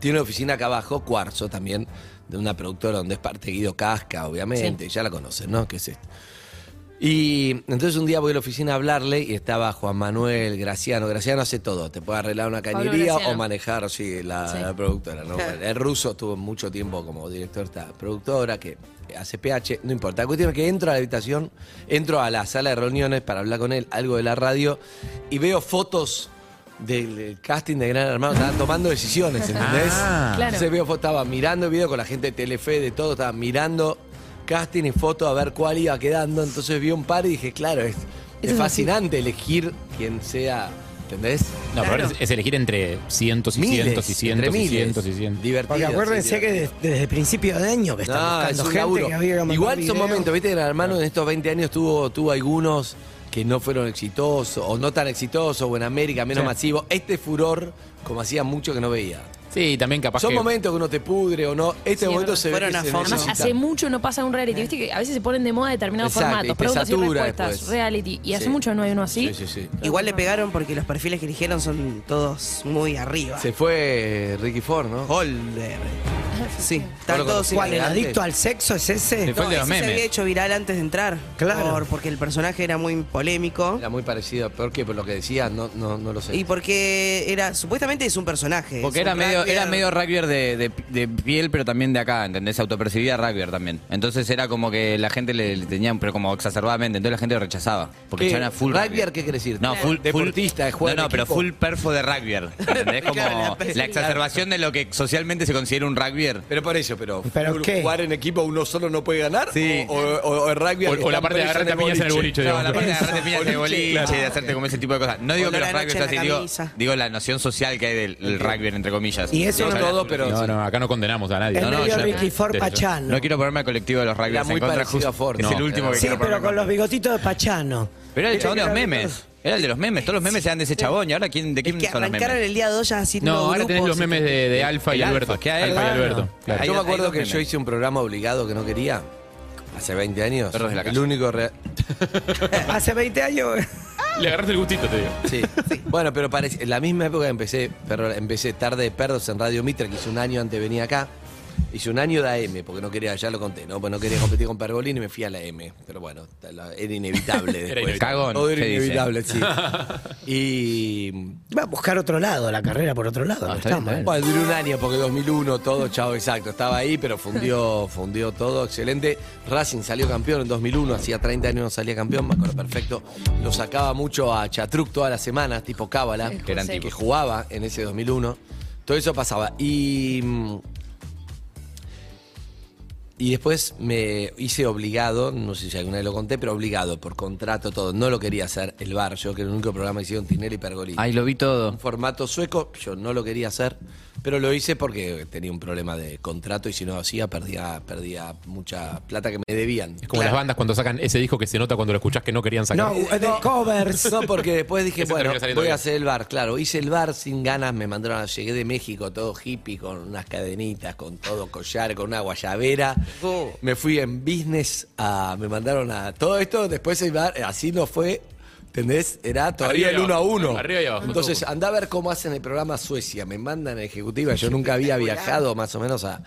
S7: tiene una oficina acá abajo, Cuarzo también, de una productora donde es parte Guido Casca, obviamente. Ya la conocen, ¿no? ¿Qué es esto? Y entonces un día voy a la oficina a hablarle y estaba Juan Manuel Graciano. Graciano hace todo, te puede arreglar una
S6: Pablo
S7: cañería o
S6: Graciano.
S7: manejar sí, la,
S6: Sí.
S7: la productora. ¿no?
S6: Claro.
S7: El ruso estuvo mucho tiempo como director de esta productora que hace PH, no importa. La cuestión es que entro a la habitación, entro a la sala de reuniones para hablar con él, algo de la radio, y veo fotos del del casting de Gran Hermano, estaban tomando decisiones, ¿entendés?
S6: Ah. Claro.
S7: Entonces veo fotos, estaba mirando el video con la gente de Telefe, de todo, estaba mirando casting y fotos a ver cuál iba quedando. Entonces vi un par y dije, claro, es, es
S10: así.
S7: fascinante elegir quien sea, ¿entendés?
S10: No, pero ahora es, es elegir entre cientos y
S7: Miles,
S10: cientos y
S7: entre
S10: cientos y
S7: miles.
S10: cientos y cientos.
S6: Porque acuérdense que des- desde el principio de año que están
S7: No, Ah, es
S6: buscando
S7: un
S6: gente
S7: laburo.
S6: que había que mandar
S7: Igual son
S6: videos.
S7: momentos, viste, Gran Hermano en estos 20 años tuvo, tuvo algunos que no fueron exitosos, o no tan exitosos, o en América menos
S10: Sí.
S7: masivo. Este furor, como hacía mucho que no veía.
S10: Sí, también capaz
S7: son
S10: que-
S7: momentos que uno te pudre o no. Este
S10: Sí,
S7: momento
S10: es
S7: se ve
S10: verdad.
S7: que se
S10: Fueron a
S8: Además,
S7: necesita.
S8: hace mucho no pasa un reality, viste que a veces se ponen de moda determinados
S7: Exacto, y
S8: formatos,
S7: te
S8: preguntas y
S7: satura
S8: respuestas,
S7: después.
S8: reality, y hace
S11: Sí.
S8: mucho no hay uno así.
S11: Igual le pegaron porque los perfiles que eligieron son todos muy arriba.
S7: Se fue Ricky Ford, ¿no?
S11: Holder. Sí, están
S7: Bueno,
S11: todos
S7: ¿cuál, el
S11: integrantes.
S7: adicto al
S6: sexo es ese?
S7: Se fue el de
S11: ese
S7: los
S11: se
S7: memes.
S11: había hecho viral antes de entrar.
S7: Claro.
S11: Por- porque el personaje era muy polémico.
S7: Era muy parecido, peor que por lo que decía, no, no, no lo sé.
S11: Y porque era, supuestamente es un personaje.
S9: Porque
S11: es
S9: era
S11: un
S9: medio,
S11: rugby.
S9: era medio rugbyer de, de- de piel, pero también de acá, ¿entendés? Autopercibía rugbyer también. Entonces era como que la gente le, le tenía, pero como exacerbadamente, entonces la gente lo rechazaba. Porque
S7: ¿Qué?
S9: ya era full
S7: ¿Rugbyer
S9: rugbyer.
S7: qué quiere decir?
S9: No, full, full-
S7: Deportista, juega
S9: No, no,
S7: en
S9: pero
S7: equipo.
S9: full perfo de rugbyer. ¿Entendés? Como
S7: Claro, la
S9: la
S7: personalidad.
S9: exacerbación de lo que socialmente se considera un rugbyer.
S7: Pero por eso, pero,
S9: ¿Pero qué?
S7: jugar en equipo uno solo no puede ganar.
S9: Sí.
S7: O, o- o el rugby
S9: O-
S7: que
S9: o la
S7: están
S9: parte de
S7: presos
S9: agarrarte a piñas en el boliche,
S7: No,
S9: digamos.
S7: la parte de agarrarte
S9: de
S7: piñas en el boliche.
S9: boliche, de hacerte como ese tipo de cosas. No digo
S7: O
S9: que
S7: la
S9: los
S7: noche
S9: rugbyers
S7: en la
S9: así, digo,
S7: camisa.
S9: digo la noción social que hay del el rugby, entre comillas.
S10: Y eso
S9: O sea,
S10: no-
S9: la-
S10: pero- No, no, acá no condenamos a nadie.
S9: No, no, yo-
S6: Ford
S9: desde-
S6: Pachano.
S9: No quiero ponerme al colectivo de los rugbyers
S6: Era muy
S9: en contra
S6: parecido
S9: justo-
S6: a Ford.
S9: Es
S6: No,
S9: el último que
S6: Sí,
S9: quiero
S6: pero
S9: ponerme
S6: con los bigotitos de Pachano.
S9: Pero era el chabón de los memes. Era el de los memes. Todos los memes eran de ese chabón. ¿Y ahora quién, de quién
S11: Que
S9: son los
S11: arrancaron
S9: memes?
S11: el día 2 ya haciendo
S10: No, ahora tenés los memes de, de Alfa y
S7: El
S10: Alberto.
S7: Alfa, ¿qué hay?
S10: Alfa y
S7: Claro.
S10: Alberto. claro.
S7: Yo me
S10: Hay
S7: acuerdo
S10: dos
S7: que
S10: memes.
S7: yo hice un programa obligado que no quería hace 20 años.
S10: Perros de la
S7: el
S10: calle.
S7: único re-
S6: Hace 20 años.
S10: Le agarraste el gustito, te digo.
S7: Sí. Bueno, pero parece, en la misma época que empecé, perro- empecé tarde de perros en Radio Mitra, que hice un año antes de venir acá. Hice un año de AM, porque no quería, ya lo conté, ¿no? Porque no quería competir con Pergolini y me fui a la M. Pero bueno, ta- la- era inevitable después.
S10: inevitable. Cagón,
S7: Todo era
S10: se dice.
S7: inevitable, sí. Y
S6: eh, Va a buscar otro lado, la carrera por otro lado. no está mal.
S7: Ah, Bueno, duró un año porque 2001 todo, chao, exacto. Estaba ahí, pero fundió, fundió todo, excelente. Racing salió campeón en 2001, hacía 30 años no salía campeón, me acuerdo perfecto. Lo sacaba mucho a Chatruc todas las semanas, tipo Cábala,
S10: El
S7: que, eran
S10: José.
S7: que jugaba en ese 2001. Todo eso pasaba. Y. mm, Y después me hice obligado, no sé si alguna vez lo conté, pero obligado por contrato, todo. No lo quería hacer el bar, yo que era el único programa que hicieron Tinelli y Pergolini
S9: Ay, lo vi todo.
S7: un formato sueco. Yo no lo quería hacer, pero lo hice porque tenía un problema de contrato y si no lo hacía perdía, perdía mucha plata que me debían.
S10: Como las bandas cuando sacan ese disco que se nota cuando lo escuchás que no querían sacar.
S7: No, de covers. No, porque después dije,
S10: Ese
S7: bueno,
S10: terminó saliendo
S7: voy
S10: bien.
S7: a hacer el bar. Claro, hice el bar sin ganas, me mandaron, a- llegué de México todo hippie, con unas cadenitas, con todo collar, con una guayabera. Me fui en business, a, me mandaron a todo esto, después el bar, así no fue. ¿Entendés? Era todavía
S10: Arriba y
S7: el uno a
S10: abajo,
S7: uno.
S10: arriba y abajo.
S7: Entonces, anda a ver cómo hacen el programa Suecia. Me mandan a ejecutiva. Yo nunca había viajado más o menos a,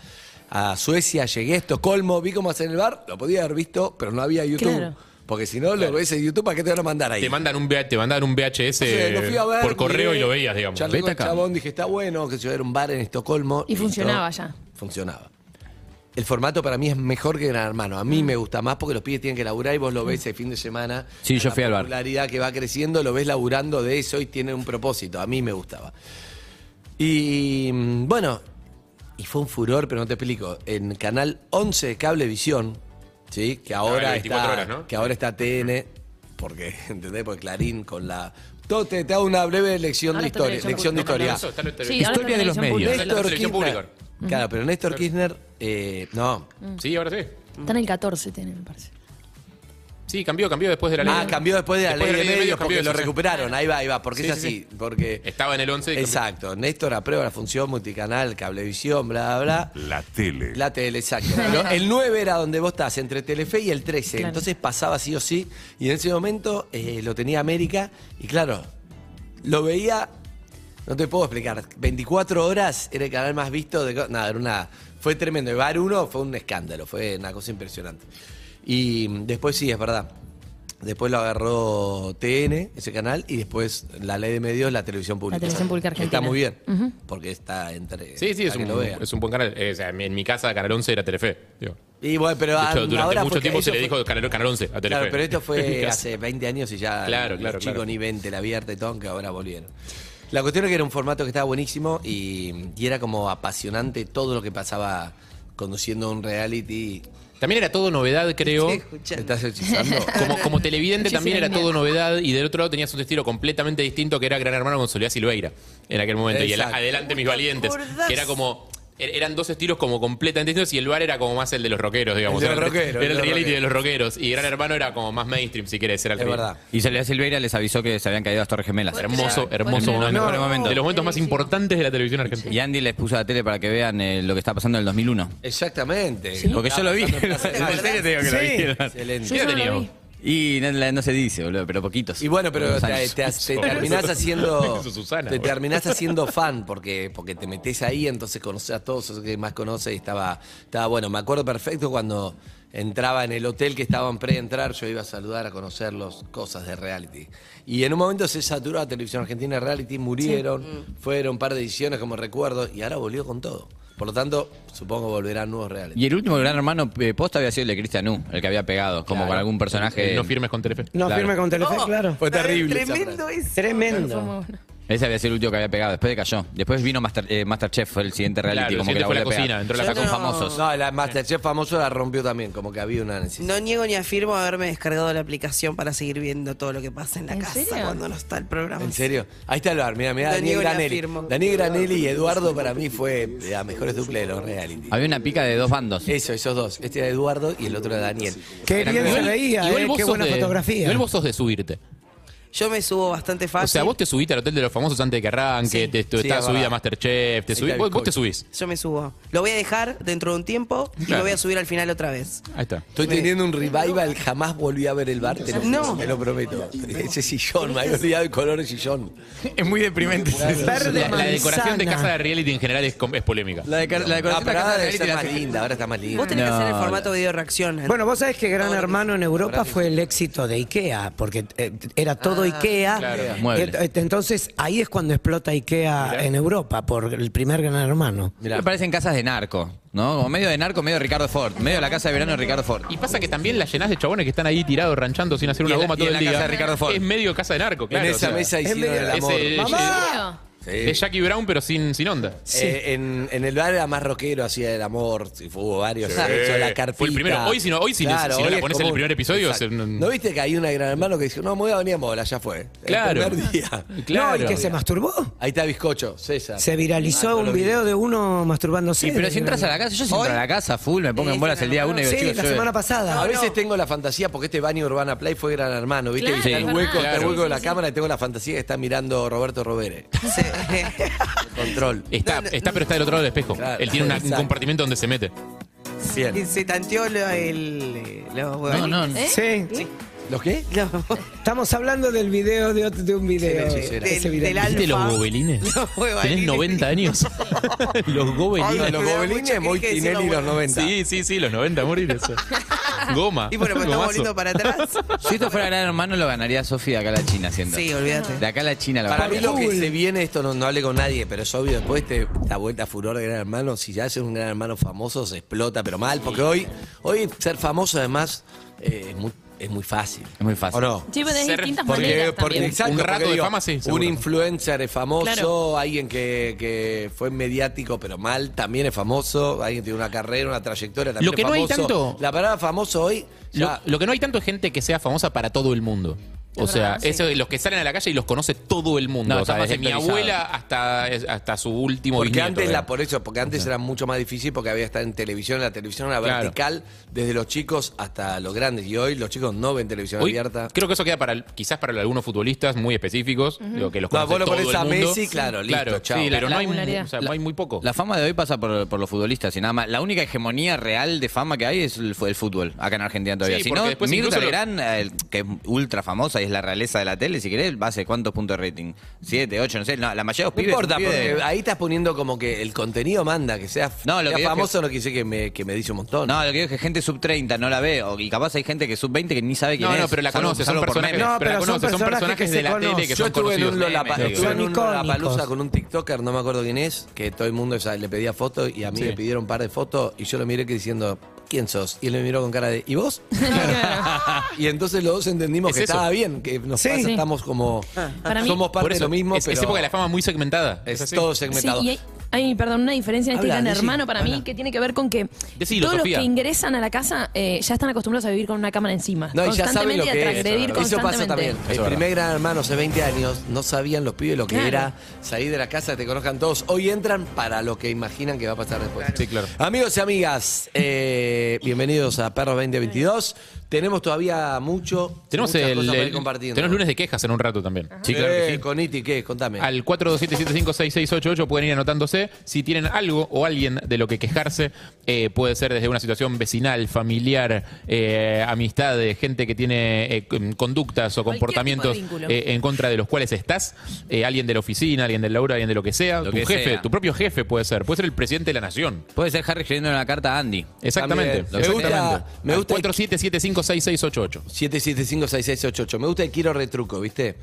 S7: a Suecia. Llegué a Estocolmo, vi cómo hacen el bar. Lo podía haber visto, pero no había YouTube.
S10: Claro.
S7: Porque si no, lo ves en YouTube, ¿para qué te van a mandar ahí?
S10: Te mandan un, VH te mandan un VHS
S7: Sí, lo fui a ver,
S10: por correo
S7: miré,
S10: y lo veías, digamos.
S7: charlé con el chabón, dije, está bueno, que yo era un bar en Estocolmo.
S8: Y
S7: listo,
S8: funcionaba ya.
S7: Funcionaba. El formato para mí es mejor que Gran Hermano. A mí
S8: Mm.
S7: me gusta más porque los pibes tienen que laburar y vos lo ves el fin de semana.
S9: Sí, yo
S7: La
S9: fui al bar.
S7: popularidad que va creciendo, lo ves laburando de eso y tiene un propósito. A mí me gustaba. Y mm, bueno, y fue un furor, pero no te explico. En Canal 11 de Cablevisión, ¿sí? que ahora,
S10: 24
S7: está,
S10: horas, ¿no?
S7: que ahora está TN, porque, ¿entendés? Porque Clarín con la... Todo te, te hago una breve lección
S10: Ahora
S7: de
S10: está
S7: historia.
S10: televisión
S7: Lección de
S10: pública. No,
S7: historia.
S10: no, eso está en la televisión. Sí, ahora Historia está en la de los televisión medios. pública.
S7: Néstor
S10: Televisión
S7: Kirchner.
S10: pública.
S7: Claro, pero Néstor Kirchner, eh, no.
S10: Sí, ahora sí.
S8: Está en el 14, tiene, me parece.
S10: Sí, cambió, cambió después de la ley.
S7: Ah, cambió después de la ley de medios, porque
S10: cambió
S7: lo
S10: eso, sí.
S7: recuperaron. Ahí va, ahí va, porque
S10: Sí,
S7: es
S10: sí,
S7: así.
S10: sí.
S7: Porque
S10: Estaba en el 11 y cambió.
S7: Exacto. Néstor aprueba la función multicanal, cablevisión, bla, bla, bla.
S13: La tele.
S7: La tele, exacto. Lo- el 9 era donde vos estás, entre Telefe y el 13. Entonces pasaba sí o sí. Y en ese momento eh, lo tenía América. Y claro, lo veía, no te puedo explicar. 24 horas era el canal más visto de. co- Nada, era una. Fue tremendo. El Bar 1 fue un escándalo, fue una cosa impresionante. Y mm, después sí, es verdad. Después lo agarró TN, ese canal, y después la ley de medios, la televisión pública.
S8: televisión pública
S7: Que Está
S8: argentina.
S7: muy bien,
S8: Ujú.
S7: porque está entre.
S10: Sí, sí, es
S7: para
S10: un,
S7: que lo vean.
S10: es un buen canal. Eh, o sea, en mi- en mi casa, Canal 11 era Telefe. digo.
S7: Y bueno, pero
S10: de hecho,
S7: ah,
S10: durante
S7: ahora
S10: mucho
S7: fue-
S10: tiempo se
S7: eso
S10: le dijo
S7: fue-
S10: Canal, Canal 11 a Telefe.
S7: Claro, pero esto
S10: En mi
S7: fue
S10: casa.
S7: hace 20 años y ya
S10: Claro, claro,
S7: los chicos
S10: claro.
S7: ni ven tele abierta y todo, que ahora volvieron. La cuestión es que era un formato que estaba buenísimo y, y era como apasionante todo lo que pasaba conduciendo un reality.
S10: También era todo novedad, creo.
S7: ¿Me estás hechizando?
S10: Como, como televidente
S7: Muchísima
S10: también era todo novedad y del otro lado tenías un estilo completamente distinto que era Gran Hermano con Soledad Silveira en aquel momento. Y el
S7: Exacto.
S10: Adelante Mis Valientes, que era como... er- Eran dos estilos como completamente distintos y el bar era como más el de los rockeros, digamos.
S7: El de
S10: era,
S7: los rockeros,
S10: era
S7: el
S10: el
S7: de los
S10: reality de
S7: rockeros.
S10: los rockeros. Y Gran Hermano era como más mainstream, si querés. Era el
S7: Es
S10: que-
S7: verdad.
S9: Y Soledad Silveira les avisó que se habían caído las Torres Gemelas.
S10: Hermoso, hermoso
S9: De los
S10: momento.
S9: mejores momentos.
S10: De los momentos más importantes de la televisión argentina.
S9: Y Andy les puso la tele para que vean eh, lo que está pasando en el 2001.
S7: Exactamente.
S9: Porque yo lo vi.
S7: Estaba pasando en
S9: En
S7: Plaza de
S9: serio te digo que lo
S7: Mayo. Sí.
S9: vi.
S7: Excelente.
S9: ¿Qué tenía? Y no, la- no se dice, boludo, pero poquitos.
S7: Y bueno, pero
S9: Unos
S7: te,
S9: años.
S7: te- te terminás haciendo.
S9: Eso, Susana,
S7: te
S9: boludo.
S7: terminás haciendo fan porque, porque te metes ahí, entonces conoces a todos los que más conoces y estaba, estaba bueno. Me acuerdo perfecto cuando entraba en el hotel que estaban pre-entrar, yo iba a saludar a conocer las cosas de reality. Y en un momento se saturó la televisión argentina de reality, murieron, fueron un par de ediciones como recuerdo, y ahora volvió con todo. Por lo tanto, supongo volverán nuevos reality.
S9: Y el último gran hermano eh, posta había sido el de Cristian U, el que había pegado, como con algún personaje.
S10: El Eh, no firmes con Telefe.
S6: No
S9: Claro.
S6: firma con Telefe, claro.
S10: Pues,
S6: Fue
S11: terrible esa Tremendo frase. eso.
S6: Tremendo.
S9: Ese había sido el último que había pegado, después cayó. Después vino Master, eh, Masterchef, fue el siguiente reality,
S10: Claro,
S9: como
S10: el
S9: que la
S10: siguiente
S9: volvió
S10: fue la
S9: a pegar.
S10: cocina, entró la
S9: Ya
S10: cocina.
S9: con famosos.
S7: No, la Masterchef famoso la rompió también, como que había una necesidad.
S11: No niego ni afirmo haberme descargado la aplicación para seguir viendo todo lo que pasa en la casa
S8: serio?
S11: cuando no está el programa.
S7: ¿En serio? Ahí está el bar, mira, mira,
S11: Daniel
S7: Daniel Granelli.
S11: afirmo.
S7: Daniel Granelli y Eduardo para mí fue de las mejores duplas de los reality.
S9: Había una pica de dos bandos.
S7: Eso, esos dos. Este era Eduardo y el otro era Daniel.
S6: Qué
S7: Era
S6: bien
S7: como-
S6: se veía, eh, qué
S10: sos
S6: buena
S10: de-
S6: fotografía.
S10: Igual vos sos de subirte.
S11: Yo me subo bastante fácil.
S10: O sea, vos te subiste al hotel de los famosos antes de que arranque, te, te-
S11: Sí,
S10: estás
S11: es
S10: subida
S11: verdad.
S10: a Masterchef, te
S11: Sí,
S10: subís,
S11: tal
S10: vos, vos
S11: cual.
S10: te subís.
S11: Yo me subo. Lo voy a dejar dentro de un tiempo y
S10: Claro.
S11: lo voy a subir al final otra vez.
S10: Ahí está.
S7: Estoy teniendo un revival, jamás volví a ver el bar, te lo,
S11: No.
S7: te lo prometo. Ese sillón, me había olvidado el color del sillón.
S9: Es muy deprimente.
S10: La, la decoración de casa de reality en general es, com- es polémica.
S9: La, deca- la
S7: Ah,
S9: decoración de
S7: pero
S9: la
S7: ahora
S9: casa de reality
S7: debe ser
S9: la
S7: más
S9: hace-
S7: linda, ahora está más linda.
S11: Vos tenés que hacer el
S9: No,
S11: formato video reacción. ¿eh?
S6: Bueno, vos sabés que Gran Hermano en Europa fue el éxito de IKEA, porque eh, era todo
S7: Ah,
S6: IKEA.
S7: claro.
S6: Et-
S9: Muebles.
S6: et- Entonces ahí es cuando explota IKEA en Europa, por el primer Gran Hermano.
S9: Me parecen casas de narco, ¿no? Como medio de narco, medio Ricardo Ford. Medio la casa de verano de Ricardo Ford.
S10: Y pasa que también la llenás de chabones que están ahí tirados ranchando sin hacer
S9: Y
S10: una
S9: en la-
S10: goma
S9: y
S10: todo
S9: en
S10: el
S9: la casa
S10: día.
S9: de Ricardo Ford.
S10: Es medio casa de narco, claro.
S7: en esa mesa hicieron el amor.
S10: ese-
S8: ¿Mamá?
S7: Sí.
S10: Es Jackie Brown, pero sin, sin onda.
S7: Eh, en, en el bar era más rockero, hacía el amor, y fue- hubo varios.
S10: Sí.
S7: hizo la carpita.
S10: Fue el primero. Hoy si no- hoy si no- si no la
S7: es
S10: pones en el
S7: común.
S10: primer episodio,
S7: Exacto.
S10: se- no-
S7: ¿No viste que hay una gran hermano que dice, no, me voy a venir a Mola, ya fue.
S10: Claro.
S7: El primer día.
S10: Claro.
S6: No, y que se masturbó.
S7: Ahí está Bizcocho, César.
S6: Se
S7: Ah,
S6: viralizó
S7: no lo
S6: un
S7: vi.
S6: video de uno masturbándose.
S9: Y pero si entras a la casa, yo si entro a la casa full, me pongo en bolas el día uno y digo,
S6: Sí,
S9: chicos,
S6: la
S9: yo-
S6: semana pasada.
S7: A veces tengo la fantasía, porque este baño Urbana Play fue Gran Hermano, ¿viste?
S8: Claro,
S7: Que está el
S8: Fernando.
S7: hueco, está el
S10: Claro.
S7: hueco de la cámara y tengo la fantasía que está mirando Roberto Robere. Control.
S10: Está, está, pero está del otro lado del espejo.
S7: Claro.
S10: Él tiene una- un
S7: Exacto.
S10: compartimento donde se mete.
S11: Y
S7: 100.
S11: se tanteó lo- el, eh, los
S9: No, no, no.
S6: Sí.
S7: ¿Los qué?
S6: Estamos hablando del video de, otro- de un video.
S7: Sí, sí, sí, era.
S6: que se
S11: Del-
S6: viralizó.
S11: del
S10: ¿Viste los gobelines? ¿Tenés 90 años? los
S7: Ah,
S10: gobelines.
S7: los
S11: me da mucho
S7: gobelines,
S11: que
S7: muy
S11: hay que decir
S7: Tinelli
S11: los
S7: los 90.
S10: Sí, sí, sí, los 90, morir eso. Goma.
S11: Y bueno, pero estamos
S10: gomazo.
S11: volviendo para atrás.
S9: Si esto fuera gran hermano, lo ganaría Sofía de acá a la China, siento.
S11: Sí, olvídate.
S9: De acá a la China lo
S7: Para mí
S9: ganaría.
S7: lo que se viene, esto no, no hablé con nadie, pero es obvio, después te, la vuelta a furor de Gran Hermano, si ya haces un Gran Hermano famoso, se explota, pero mal, porque hoy, hoy ser famoso además eh, es, muy, es muy fácil.
S9: Es muy fácil.
S7: ¿O no?
S8: Sí, pero de
S10: Ser-
S8: distintas
S7: Porque,
S8: maneras
S7: porque
S8: también.
S7: exacto,
S10: Un rato
S7: porque
S10: de fama, sí, seguro.
S7: Un influencer es famoso,
S8: Claro.
S7: alguien que, que fue mediático pero mal también es famoso, alguien tiene una carrera, una trayectoria también
S10: Lo que
S7: es
S10: no hay
S7: famoso.
S10: tanto-
S7: La palabra famoso hoy
S10: Lo,
S7: ya,
S10: lo que no hay tanto es gente que sea famosa para todo el mundo. O
S8: Es
S10: sea,
S8: verdad, sí.
S10: eso de los que salen a la calle y los conoce todo el mundo.
S9: No,
S10: o sea,
S9: está más
S10: desde mi
S9: sectorizado.
S10: abuela hasta, hasta su último
S7: Porque
S10: bisnieto,
S7: antes,
S10: digamos.
S7: la, por eso, porque antes era mucho más difícil porque había que estar en televisión, la televisión era
S10: Claro.
S7: vertical, desde los chicos hasta los grandes. Y hoy los chicos no ven televisión
S10: Hoy,
S7: abierta.
S10: Creo que eso queda para quizás para algunos futbolistas muy específicos, lo que los
S7: No,
S10: conoce
S7: vos lo
S10: todo
S7: ponés
S10: el
S7: a
S10: mundo.
S7: Messi, claro, listo, chao.
S10: sí, la-
S9: Pero
S10: no
S9: la-
S10: hay, mu-
S8: popularidad.
S10: o sea, hay muy poco.
S9: La fama de hoy pasa por, por los futbolistas y nada más. La única hegemonía real de fama que hay es el, fu- el fútbol, acá en Argentina todavía.
S10: Sí,
S9: si
S10: porque
S9: no,
S10: después
S9: Mirta
S10: incluso lo-
S9: Legrand, eh, que es ultra famosa y es la realeza de la tele, si querés, va a ser cuántos puntos de rating. Siete, ocho, no sé. No, la mayoría de los
S7: No
S9: pibes.
S7: importa,
S9: un pibe-
S7: porque ahí estás poniendo como que el contenido manda, que sea,
S9: No, lo
S7: sea
S9: que digo es
S7: famoso no quise que me, que me dice un montón.
S9: No, lo que digo es que gente sub 30 no la ve, o- y capaz hay gente que sub 20 que ni sabe quién
S7: No,
S9: es.
S7: no, pero la
S9: salvo-
S7: conoce, son
S9: salvo por
S7: personajes-
S9: memes.
S7: no, pero son personajes que se conocen. Yo estuve en un Lollapa- estuve en un Lollapalooza con un TikToker, no me acuerdo quién es, que todo el mundo o sea, le pedía fotos y a mí
S9: Sí.
S7: me pidieron un par de fotos y yo lo miré que diciendo, ¿quién sos? Y él me miró con cara de, ¿y vos? y entonces los dos entendimos
S10: Es
S7: que
S10: eso.
S7: estaba bien, que nos
S10: Sí.
S7: pasa,
S10: Sí.
S7: estamos como,
S8: Para mí-
S7: somos parte
S10: Por eso,
S7: de lo mismo,
S10: es, es
S7: pero
S10: época de la fama muy segmentada.
S7: es
S10: así.
S7: todo segmentado.
S8: Sí, y hay, hay, perdón, una diferencia en este
S10: Habla,
S8: gran
S10: decí,
S8: hermano para mí que tiene que ver con que
S10: Decí,
S8: todos los
S10: Sofía.
S8: que ingresan a la casa eh, ya están acostumbrados a vivir con una cámara encima.
S7: No, y ya saben lo
S8: constantemente y a
S7: que es.
S8: transgredir
S7: Eso
S8: constantemente.
S7: pasa también. El primer gran hermano hace 20 años no sabían los pibes lo que
S8: Claro.
S7: era salir de la casa, te conozcan todos. Hoy entran para lo que imaginan que va a pasar después.
S10: Sí, claro.
S7: Amigos y amigas, eh, bienvenidos a Perro 2022. Tenemos todavía mucho.
S10: Tenemos
S7: muchas
S10: el,
S7: cosas para ir
S10: el-
S7: compartiendo.
S10: tenemos lunes de quejas en un rato también. Sí, claro que
S7: Eh,
S10: sí.
S7: Con Iti, ¿qué? Contame.
S10: Al 4277756688 pueden ir anotándose. Si tienen algo o alguien de lo que quejarse, eh, puede ser desde una situación vecinal, familiar, eh, amistad, de gente que tiene eh, con- conductas o comportamientos
S15: tipo de vínculo.
S10: eh, en contra de los cuales estás, eh, alguien de la oficina, alguien del laburo, alguien de lo que sea,
S9: Lo
S10: tu
S9: que
S10: jefe,
S9: sea.
S10: tu propio jefe puede ser, puede ser el presidente de la nación.
S9: Puede ser Harry escribiendo una carta a Andy.
S10: Exactamente.
S9: También, lo que sea.
S7: me gusta.
S10: 47756688.
S7: 7756688. Me gusta el quiero retruco, ¿viste?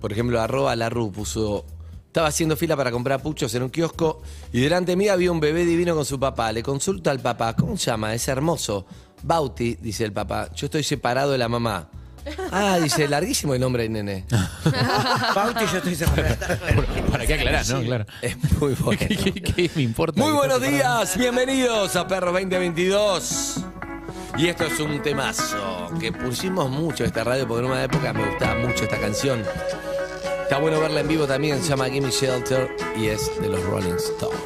S7: Por ejemplo, arroba la Ru puso. Estaba haciendo fila para comprar puchos en un kiosco y delante mí había un bebé divino con su papá. Le consulto al papá, ¿cómo se llama? Es hermoso. Bauti, dice el papá. Yo estoy separado de la mamá. Ah, dice, larguísimo el nombre del nene. Bauti, yo estoy separado.
S10: ¿Para qué aclarás, no? Claro.
S7: Es muy bueno.
S10: ¿Qué, qué me importa?
S7: Muy
S10: ¿Qué
S7: buenos
S10: está separado?
S7: días, bienvenidos a Perros 2022. Y esto es un temazo que pusimos mucho en esta radio porque en una época me gustaba mucho esta canción. Está bueno verla en vivo también, se llama Gimme Shelter y es de los Rolling Stones.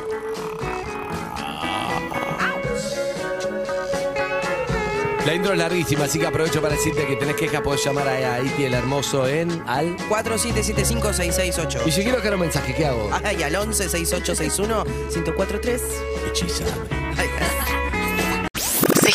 S7: La intro es larguísima, así que aprovecho para decirte que tenés queja, podés llamar a a Iti el Hermoso en al...
S11: 47756688.
S7: Y si quiero que un mensaje, ¿qué hago?
S11: Ay, al 11 6861 1043.